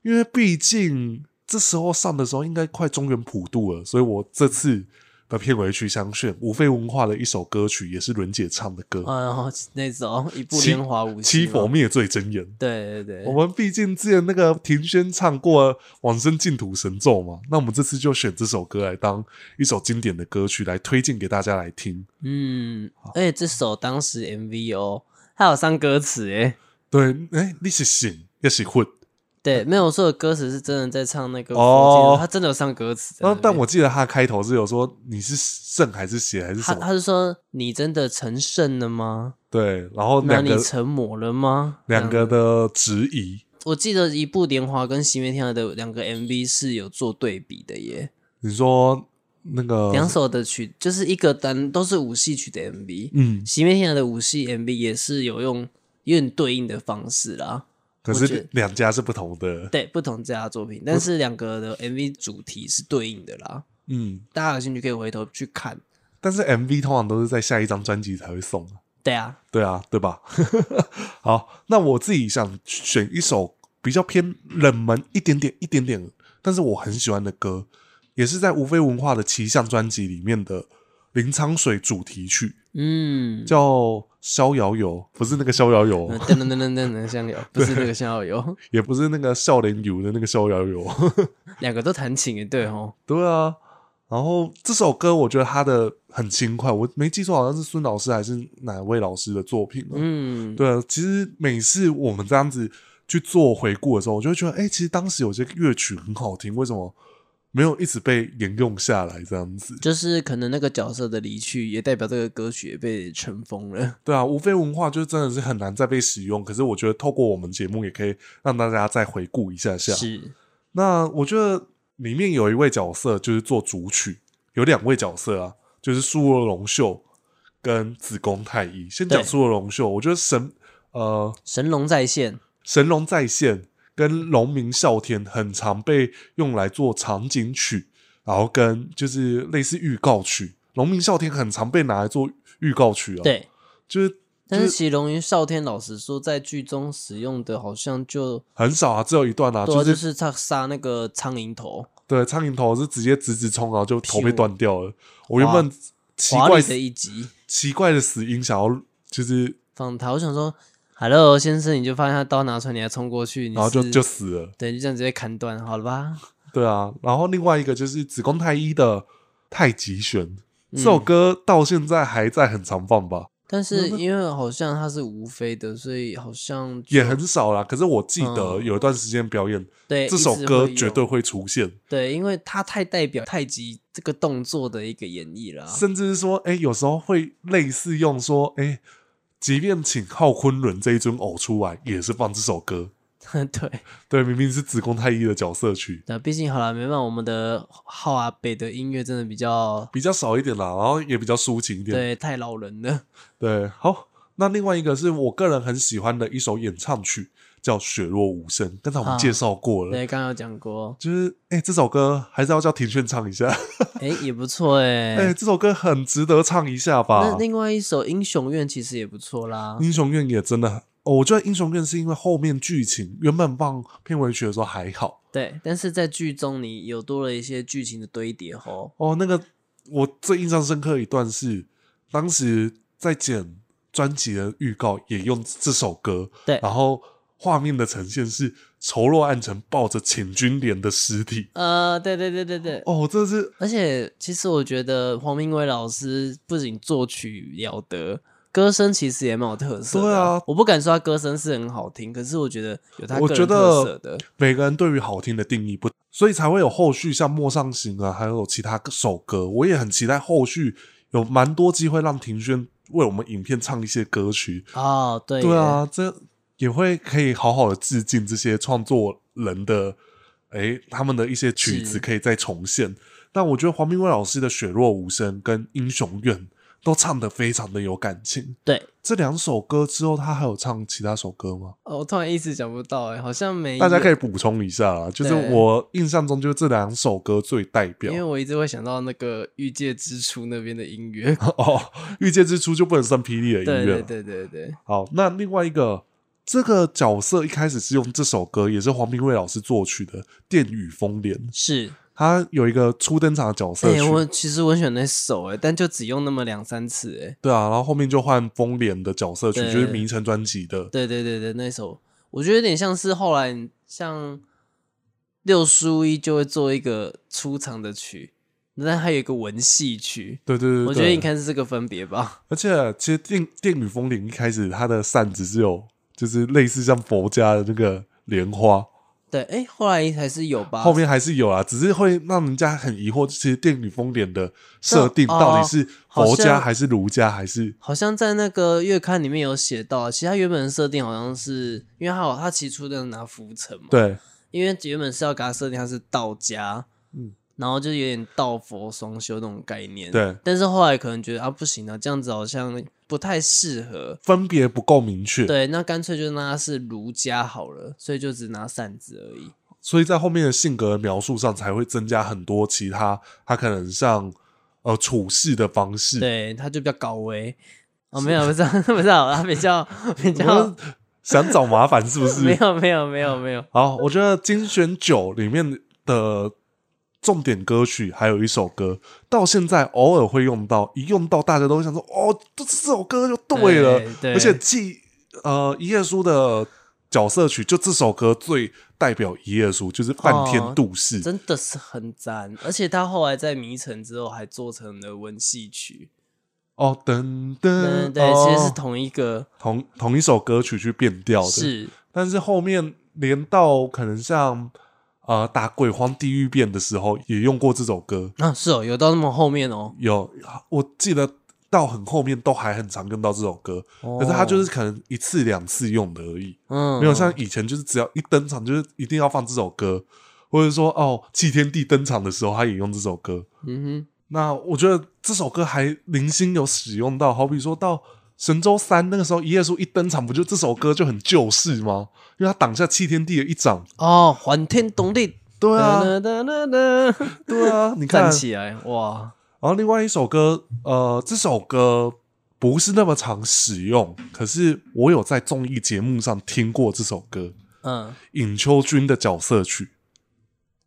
A: 因为毕竟这时候上的时候应该快中原普渡了，所以我这次的片尾曲相炫五非文化的一首歌曲，也是伦姐唱的歌《
B: 嗯，然后那种一部
A: 七
B: 莲华武
A: 七
B: 器
A: 佛
B: 嘛
A: 灭罪真言》。
B: 对对对，
A: 我们毕竟之前那个庭轩唱过《往生净土神咒》嘛，那我们这次就选这首歌来当一首经典的歌曲来推荐给大家来听。
B: 嗯，而且这首当时 MV 哦，它有上歌词诶。
A: 对，哎，你是醒，也是混。
B: 对，没有我说的歌词是真的在唱那个
A: 哦
B: 佛经，他真的有上歌词在那
A: 那
B: 边。
A: 但我记得他开头是有说你是圣还是邪还是什
B: 他
A: 么？
B: 他是说你真的成圣了吗？
A: 对，然后
B: 那
A: 两
B: 你
A: 个
B: 成魔了吗？
A: 两
B: 这样
A: 个的质疑，
B: 我记得一部《莲华》跟《熄灭天下》的两个 MV 是有做对比的耶，
A: 你说那个
B: 两首的曲就是一个单都是舞戏曲的 MV，
A: 嗯，
B: 熄灭天下》的舞戏 MV 也是有用有点对应的方式啦，
A: 可
B: 我觉
A: 是
B: 得
A: 两家是不同的，
B: 对，不同这家作品，但是两个的 MV 主题是对应的啦，
A: 嗯，
B: 大家有兴趣可以回头去看。
A: 但是 MV 通常都是在下一张专辑才会送啊。
B: 对啊，
A: 对啊，对吧？ *laughs* 好，那我自己想选一首比较偏冷门一点点、一点点，但是我很喜欢的歌，也是在无非文化的奇象专辑里面的《林苍水》主题曲，
B: 嗯，
A: 叫《逍遥游》， *laughs* 不是那个逍遥游
B: 嗯，噔噔噔噔噔噔，香油不是那个香油，
A: 也不是那个笑脸游的那个逍遥游。
B: 两个都弹琴耶，对哦，
A: 对啊，然后这首歌我觉得它的很轻快，我没记错，好像是孙老师还是哪位老师的作品啊？
B: 嗯，
A: 对啊，其实每次我们这样子去做回顾的时候，我就会觉得，哎、其实当时有些乐曲很好听，为什么没有一直被沿用下来？这样子，
B: 就是可能那个角色的离去，也代表这个歌曲也被尘封了。
A: 对啊，无非文化就真的是很难再被使用。可是我觉得透过我们节目，也可以让大家再回顾一下下。
B: 是，啊
A: 那我觉得里面有一位角色就是做主曲，有两位角色啊，就是苏若龙秀跟子宫太一。先讲
B: 对
A: 苏若龙秀，我觉得神呃
B: 神龙再现，
A: 神龙再现跟龙鸣啸天很常被用来做场景曲，然后跟就是类似预告曲。龙鸣啸天很常被拿来做预告曲啊，，
B: 对。
A: 就是
B: 但是其实龙云少天老实说，在剧中使用的好像就
A: 很少啊，只有一段啊，
B: 对啊，
A: 就
B: 就是是他杀那个苍蝇头，
A: 对苍蝇头是直接直直冲，然后就头被
B: 屁股
A: 断掉了。我原本奇
B: 华
A: 怪
B: 丽的一集，
A: 奇怪的死因想要就是
B: 访谈，我想说，Hello 先生，你就发现他刀拿出来，你还冲过去，你
A: 然后就是就死了。
B: 对，就这样直接砍断，好了吧？
A: 对啊，然后另外一个就是子宫太一的《太极拳》
B: 嗯
A: 这首歌，到现在还在很常放吧，
B: 但是
A: 嗯
B: 因为好像他是无非的，所以好像就
A: 也很少啦。可是我记得
B: 嗯
A: 有一段时间表演，
B: 对
A: 这
B: 一
A: 首
B: 直
A: 歌
B: 会
A: 绝
B: 有
A: 对会出现，
B: 对，因为他太代表太极这个动作的一个演绎了啊。
A: 甚至是说，哎、有时候会类似用说，哎、即便请浩昆仑这一尊偶出来，也是放这首歌。
B: 啊 *laughs* 对，
A: 对，明明是子宫太一的角色曲，
B: 那毕竟好了，没办法，我们的浩阿北的音乐真的比较
A: 比较少一点啦，然后也比较抒情一点。
B: 对太老人了。
A: 对，好，那另外一个是我个人很喜欢的一首演唱曲，叫《雪落无声》，刚才我们
B: 啊
A: 介绍过了。
B: 对，刚刚有讲过，
A: 就是哎、这首歌还是要叫庭炫唱一下。
B: 哎，也不错
A: *laughs*
B: 哎、
A: 哎、啊这首歌很值得唱一下吧
B: 那？另外一首《英雄院》其实也不错啦。
A: 英雄院也真的很，哦我觉得英雄院是因为后面剧情原本放片尾曲的时候还好
B: 对，但是在剧中你有多了一些剧情的堆叠哦。
A: 哦。那个我最印象深刻的一段是，当时在剪专辑的预告也用这首歌，
B: 对
A: 然后画面的呈现是仇若暗沉抱着请君莲的尸体。
B: 呃，对对对对对。
A: 哦，这是
B: 而且其实我觉得黄明威老师不仅作曲了得，歌声其实也蛮有特色的。
A: 对啊，
B: 我不敢说他歌声是很好听，可是我觉得有他
A: 我
B: 个
A: 觉
B: 人
A: 得
B: 特色的。
A: 每个人对于好听的定义不，所以才会有后续像《陌上行》啊，还有其他首歌。我也很期待后续有蛮多机会让庭轩为我们影片唱一些歌曲。
B: 哦，对，
A: 对，啊，这也会可以好好的致敬这些创作人的，诶，他们的一些曲子
B: 是
A: 可以再重现。但我觉得黄明威老师的《雪落无声》跟《英雄院》都唱得非常的有感情。
B: 对。
A: 这两首歌之后，他还有唱其他首歌吗？
B: 哦，我突然一时想不到，哎，好像没有。
A: 大家可以补充一下啦，就是
B: 对
A: 我印象中就是这两首歌最代
B: 因为
A: 表。
B: 我一直会想到那个《欲界之初》那边的音 *laughs* 乐。
A: *laughs* 哦，遇见之初就不能算霹雳的音
B: 对
A: 乐
B: 对
A: 了。
B: 对对对，
A: 好，那另外一个这个角色一开始是用这首歌，也是黄明威老师作曲的《电雨风帘》，
B: 是。
A: 他有一个初登场的角色
B: 哎、
A: 曲，
B: 我其实我很喜欢那首哎，但就只用那么两三次哎。
A: 对啊，然后后面就换风帘的角色曲，
B: 对
A: 就是迷城专辑的。
B: 对对对对，那首我觉得有点像是后来像六叔一就会做一个出场的曲，但还有一个文戏曲，
A: 对对对对，
B: 我觉得应该是这个分别吧。 *laughs*
A: 而且其实电电雨风铃一开始它的扇子是有，就是类似像佛家的那个莲花，
B: 对，哎，后来还是有吧。
A: 后面还是有啊，只是会让人家很疑惑，其实电雨风帘的设定
B: 那哦哦
A: 到底是
B: 好
A: 佛家
B: 像
A: 还是儒家还是？
B: 好像在那个月刊里面有写到，其实他原本的设定好像是因为他有他起初的拿浮尘嘛，
A: 对，
B: 因为原本是要给他设定他是道家，
A: 嗯
B: 嗯，然后就有点道佛双修那种概念，
A: 对
B: 但是后来可能觉得啊不行啊，这样子好像不太适合，
A: 分别不够明确，
B: 对，那干脆就让他是儒家好了，所以就只拿扇子而已。
A: 所以在后面的性格描述上才会增加很多其他，他可能像呃处事的方式。
B: 对，他就比较高危。哦，没有，不是， *laughs* 不是，他比较比较
A: 我想找麻烦是不是？
B: *laughs* 没有没有没有没有，
A: 好，我觉得精选九里面的重点歌曲还有一首歌，到现在偶尔会用到，一用到大家都会想说，哦，这这首歌就对了。
B: 对对
A: 而且继呃一页书的角色曲，就这首歌最代表一页书，就是半天度士。
B: 真的是很赞。而且他后来在《迷城》之后还做成了文戏曲，
A: 哦，噔
B: 嗯，
A: 噔，
B: 对，
A: 哦
B: 其实是同一个，
A: 同同一首歌曲去变调的，。
B: 是
A: 但是后面连到可能像呃打鬼荒地狱变的时候，也用过这首歌。
B: 啊，是哦，有到那么后面哦，
A: 有，我记得到很后面都还很常用到这首歌，
B: 哦
A: 可是它就是可能一次两次用的而已，
B: 嗯，
A: 没有像以前就是只要一登场就是一定要放这首歌，或者说哦弃天帝登场的时候他也用这首歌。
B: 嗯
A: 那我觉得这首歌还零星有使用到，好比说到。神州三那个时候，一页书一登场，不就这首歌就很救世吗？因为他挡下弃天帝的一掌。
B: 哼，哦，还天动地，
A: 对啊，
B: 哒哒哒哒哒，
A: 对啊，你看
B: 站，起来，哇，
A: 然后另外一首歌，呃，这首歌不是那么常使用，可是我有在综艺节目上听过这首歌，
B: 嗯。
A: 尹秋君的角色曲。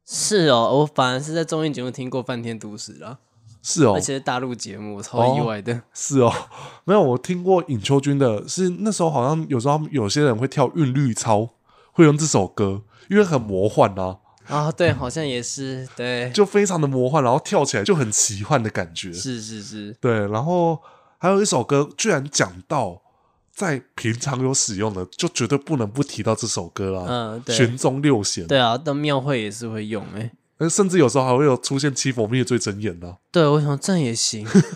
B: 是哦，我反而是在综艺节目听过《翻天都市》啦。
A: 是哦
B: 而，且是大陆节目，我超意外的。
A: 是哦， *laughs* 没有，我听过尹秋君的，是那时候好像有时候他们有些人会跳韵律操，会用这首歌，因为很魔幻啊，
B: 啊，对，好像也是，对，
A: 就非常的魔幻，然后跳起来就很奇幻的感觉。
B: 是是是，
A: 对，然后还有一首歌，居然讲到在平常有使用的，就绝对不能不提到这首歌啊。
B: 嗯对
A: 玄宗六弦，
B: 对啊，到庙会也是会用哎、
A: 呃，甚至有时候还会有出现七佛灭罪真言呢、
B: 对，我想这样也行。 *laughs*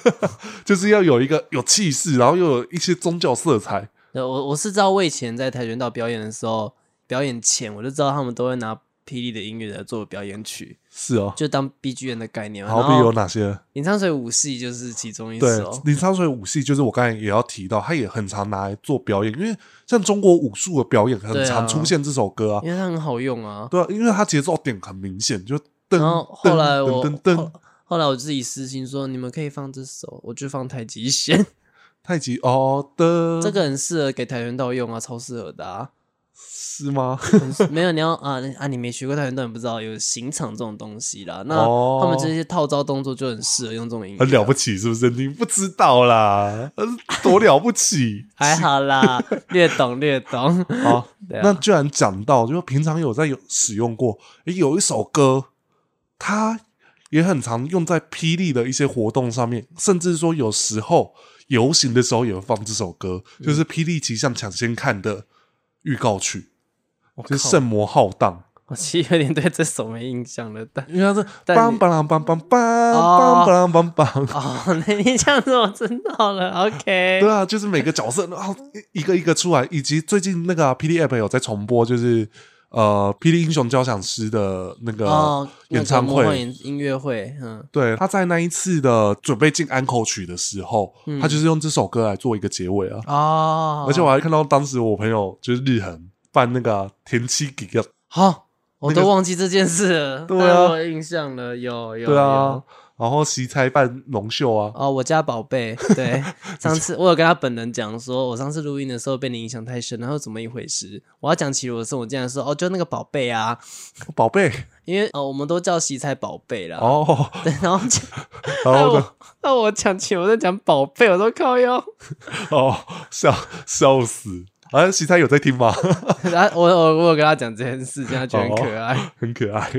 A: 就是要有一个有气势，然后又有一些宗教色彩。
B: 对我我是知道，我以前在跆拳道表演的时候，表演前我就知道他们都会拿霹雳的音乐来做表演曲，
A: 是哦，
B: 就当 B G M 的概念嘛。
A: 好
B: 然
A: 比有
B: 后
A: 哪些？
B: 演唱水舞戏就是其中一
A: 对
B: 首，，
A: 林昌水舞戏就是我刚才也要提到，他也很常拿来做表演，因为像中国武术的表演很
B: 对啊
A: 常出现这首歌啊。
B: 因为它很好用啊。
A: 对啊，因为它节奏点很明显，就噔
B: 然后后来
A: 噔
B: 我
A: 噔噔噔
B: 后后来我自己私心说，你们可以放这首，我就放太极拳， *laughs*
A: 太极哦的，
B: 这个很适合给跆拳道用啊，超适合的啊。
A: 是吗？
B: 没有，你要啊啊，你没学过跆拳道，你不知道有刑场这种东西啦。那
A: 哦
B: 他们这些套招动作就很适合用这种音乐，。
A: 很了不起是不是？你不知道啦，呃多了不起
B: 还好啦，略懂略懂。
A: 好，
B: 对啊
A: 那居然讲到，就平常有在有使用过，诶有一首歌，它也很常用在霹雳的一些活动上面，甚至说有时候游行的时候也会放这首歌，就是霹雳奇象抢先看的预告曲，就是圣魔浩荡。
B: 我其实有点对这首没印象了，但
A: 因为它是
B: 但
A: 梆
B: 你
A: 梆啷梆梆梆梆
B: 哦
A: 梆梆梆，
B: 哦， *laughs* 那你这样子我知道了。OK，
A: 对啊，就是每个角色，然后一个一个出来，以及最近那个啊、PD app 有在重播，就是呃《霹雳英雄交响师》的那个
B: 哦，那
A: 演
B: 个
A: 唱
B: 魔
A: 会。
B: 幻演音乐会，嗯，
A: 对，他在那一次的准备进安口曲的时候，
B: 嗯
A: 他就是用这首歌来做一个结尾啊。
B: 哦，
A: 而且我还看到当时我朋友就是日恒办那个啊田七给个，
B: 好，我
A: 那
B: 都
A: 个
B: 忘记这件事了，
A: *laughs* 对
B: 但
A: 啊
B: 我有印象了，有有
A: 对
B: 有
A: 啊，然后席差办龙秀啊，
B: 哦，我家宝贝，
A: *laughs*
B: 对，上次我有跟他本人讲说，我上次录音的时候被你影响太深，然后怎么一回事？我要讲起我的时候，我竟然说哦，就那个宝贝啊，
A: 宝贝
B: 因为哦，我们都叫喜才宝贝啦。
A: 哦，
B: 对，然后就
A: 然后呢
B: 我那我讲起我在讲宝贝，我都靠腰。 *laughs*
A: 哦笑笑死，啊席差有在听吗？
B: 然后我我我有跟他讲这件事情，他觉得很可
A: 哦
B: 爱。
A: 很可爱。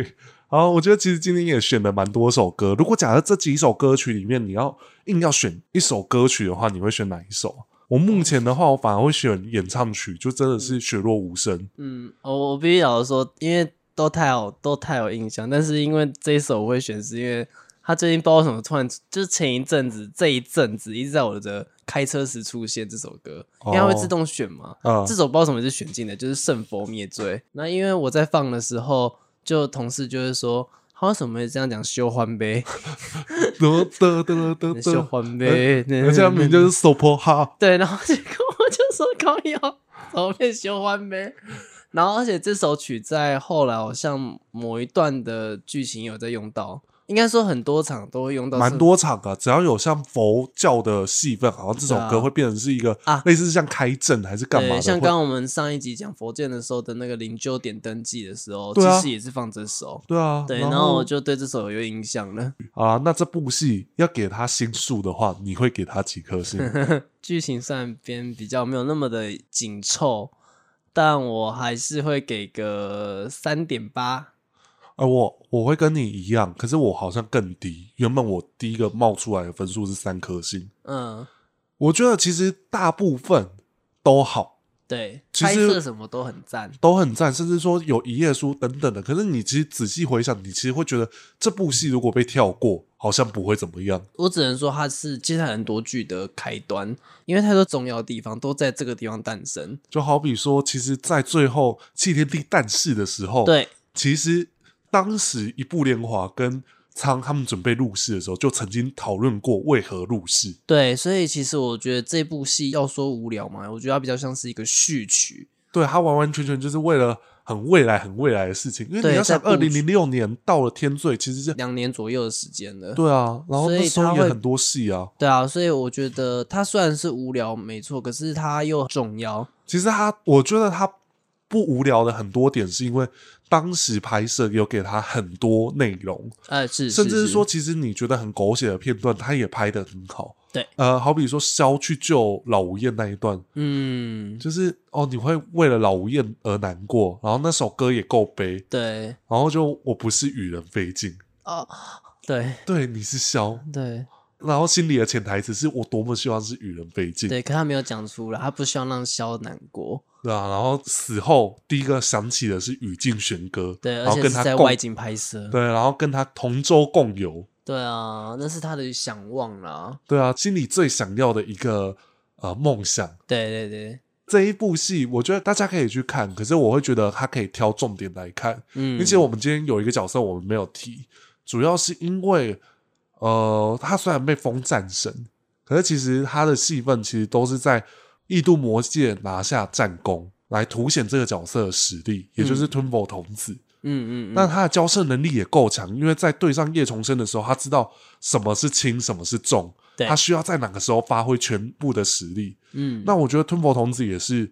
A: 好，我觉得其实今天也选了蛮多首歌。如果假设这几首歌曲里面你要硬要选一首歌曲的话，你会选哪一首？我目前的话，我反而会选演唱曲，就真的是雪落无声。
B: 嗯，我我必须老实说，因为都太好，都太有印象。但是因为这一首我会选，是因为他最近不知道为什么突然，就是前一阵子这一阵子一直在我的开车时出现这首歌，因为它会自动选嘛。
A: 啊、
B: 这首不知道为什么是选进的，就是《圣佛灭罪》。那因为我在放的时候，就同事就是说，他为什么会这样讲修
A: *laughs*
B: 欢呗？
A: 得得得得得
B: 修
A: 得，
B: 欢呗，
A: 啊
B: *laughs*
A: 而且他名就是 Super 哈，
B: 对，然后结果我就说高瑶怎么变修欢呗？然后而且这首曲在后来好像某一段的剧情有在用到，应该说很多场都会用到，
A: 蛮多场的。只要有像佛教的戏份，好像这首
B: 对啊
A: 歌会变成是一个
B: 啊
A: 类似像开阵还是干嘛
B: 对，
A: 的，
B: 像
A: 会
B: 刚刚我们上一集讲佛剑的时候的那个灵鹫点登记的时候，
A: 对啊
B: 其实也是放这首。
A: 对啊，
B: 对，然后我就对这首有印象了。 *laughs*
A: 啊，那这部戏要给他星数的话，你会给他几颗
B: *laughs*
A: 星？
B: 剧情上边比较没有那么的紧凑，但我还是会给个三点八。
A: 啊，我我会跟你一样，可是我好像更低。原本我第一个冒出来的分数是三颗星，
B: 嗯，
A: 我觉得其实大部分都好，
B: 对，
A: 其
B: 拍
A: 实
B: 摄什么都很赞。
A: 都很赞，甚至说有一页书等等的。可是你其实仔细回想，你其实会觉得这部戏如果被跳过，好像不会怎么样。
B: 我只能说它是接下来很多剧的开端，因为太多重要的地方都在这个地方诞生。
A: 就好比说，其实，在最后弃天地诞世的时候，，
B: 对，
A: 其实当时一部莲华跟苍他们准备入世的时候，就曾经讨论过为何入世。
B: 对，所以其实我觉得这部戏要说无聊嘛，我觉得它比较像是一个序曲。
A: 对他完完全全就是为了很未来、很未来的事情。因为
B: 对
A: 你要想，
B: 在
A: 二
B: 布
A: 零
B: 局
A: 零六年到了天罪，其实是
B: 两年左右的时间了，
A: 对啊，然后
B: 所以
A: 那时候
B: 他
A: 也
B: 会
A: 很多戏啊。
B: 对啊，所以我觉得它虽然是无聊没错，可是它又重要。
A: 其实他，我觉得他不无聊的很多点，是因为当时拍摄有给他很多内容，
B: 哎、是，
A: 甚至
B: 是
A: 是说，，其实你觉得很狗血的片段，他也拍的很好。
B: 对
A: 呃，好比说肖去救老吴燕那一段，
B: 嗯，
A: 就是哦，你会为了老吴燕而难过，然后那首歌也够悲，
B: 对，
A: 然后就我不是与人非近，
B: 哦，对
A: 对，你是肖，
B: 对
A: 然后心里的潜台词是我多么希望是与人非近，
B: 对，可他没有讲出来，他不希望让肖难过，
A: 对啊，然后死后第一个想起的是语境弦歌，
B: 对，
A: 然
B: 而
A: 后
B: 且
A: 跟
B: 是
A: 他
B: 在
A: 共
B: 外景拍摄，
A: 对，然后跟他同舟共游，
B: 对啊，那是他的想望啦，
A: 对啊，心里最想要的一个呃梦想。
B: 对对对，
A: 这一部戏，我觉得大家可以去看，可是我会觉得他可以挑重点来看。
B: 嗯，
A: 并且我们今天有一个角色我们没有提，主要是因为呃，他虽然被封战神，可是其实他的戏份其实都是在异度魔界拿下战功，来凸显这个角色的实力，也就是吞佛童子。
B: 嗯嗯嗯，
A: 那他的交涉能力也够强，因为在对上叶重生的时候，他知道什么是轻，什么是重，
B: 对
A: 他需要在哪个时候发挥全部的实力。
B: 嗯，
A: 那我觉得吞佛童子也是，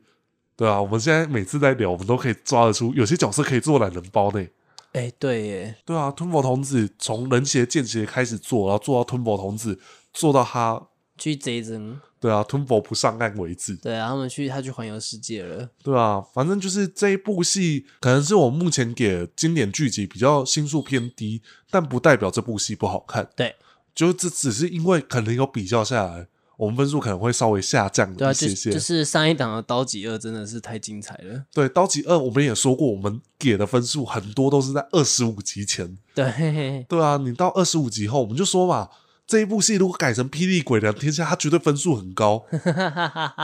A: 对啊，我们现在每次在聊，我们都可以抓得出有些角色可以做懒人包呢。
B: 哎、对耶，
A: 对啊，吞佛童子从人邪剑邪开始做，然后做到吞佛童子，做到他
B: 去贼人，
A: 对啊吞佛不上岸为止。
B: 对啊，他们去他去环游世界了，
A: 对啊，反正就是这一部戏，可能是我目前给经典剧集比较星数偏低，但不代表这部戏不好看。
B: 对，
A: 就这只是因为可能有比较下来，我们分数可能会稍微下降
B: 对啊，
A: 一
B: 就
A: 些些。
B: 就是上一档的《刀戟二》真的是太精彩了，
A: 对，刀戟二我们也说过，我们给的分数很多都是在二十五集前。
B: 对，
A: 对啊，你到二十五集后，我们就说嘛，这一部戏如果改成《霹雳鬼聊天下》，它绝对分数很高。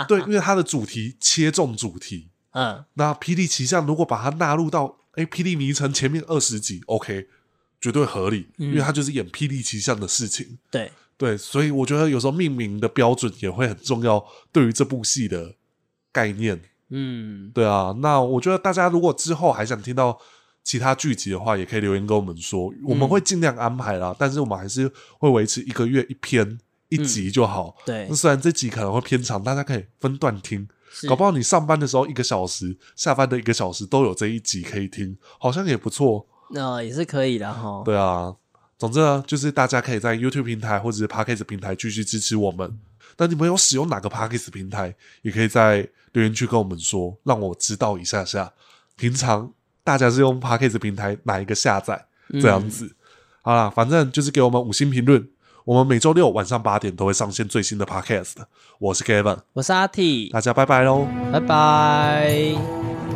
A: 对，因为它的主题切中主题。
B: 嗯，
A: 那霹雳奇象如果把它纳入到哎，诶霹雳迷城前面二十集，OK，绝对合理，因为它就是演霹雳奇象的事情。
B: 对，
A: 对，所以我觉得有时候命名的标准也会很重要，对于这部戏的概念。
B: 嗯，
A: 对啊，那我觉得大家如果之后还想听到其他剧集的话，也可以留言跟我们说，我们会
B: 嗯
A: 尽量安排啦。但是我们还是会维持一个月一篇一集就好。
B: 嗯对
A: 那，虽然这集可能会偏长，大家可以分段听，
B: 是
A: 搞不好你上班的时候一个小时，下班的一个小时都有这一集可以听，好像也不错。
B: 那、也是可以的哈。
A: 对啊，总之呢，就是大家可以在 YouTube 平台或者是 Podcast 平台继续支持我们。那你们有使用哪个 Podcast 平台，也可以在留言区跟我们说，让我知道一下下。平常大家是用 Podcast 平台哪一个下载这样子？好啦，反正就是给我们五星评论。我们每周六晚上八点都会上线最新的 Podcast。我是 Gavin，
B: 我是阿 T，
A: 大家拜拜喽。
B: 拜拜。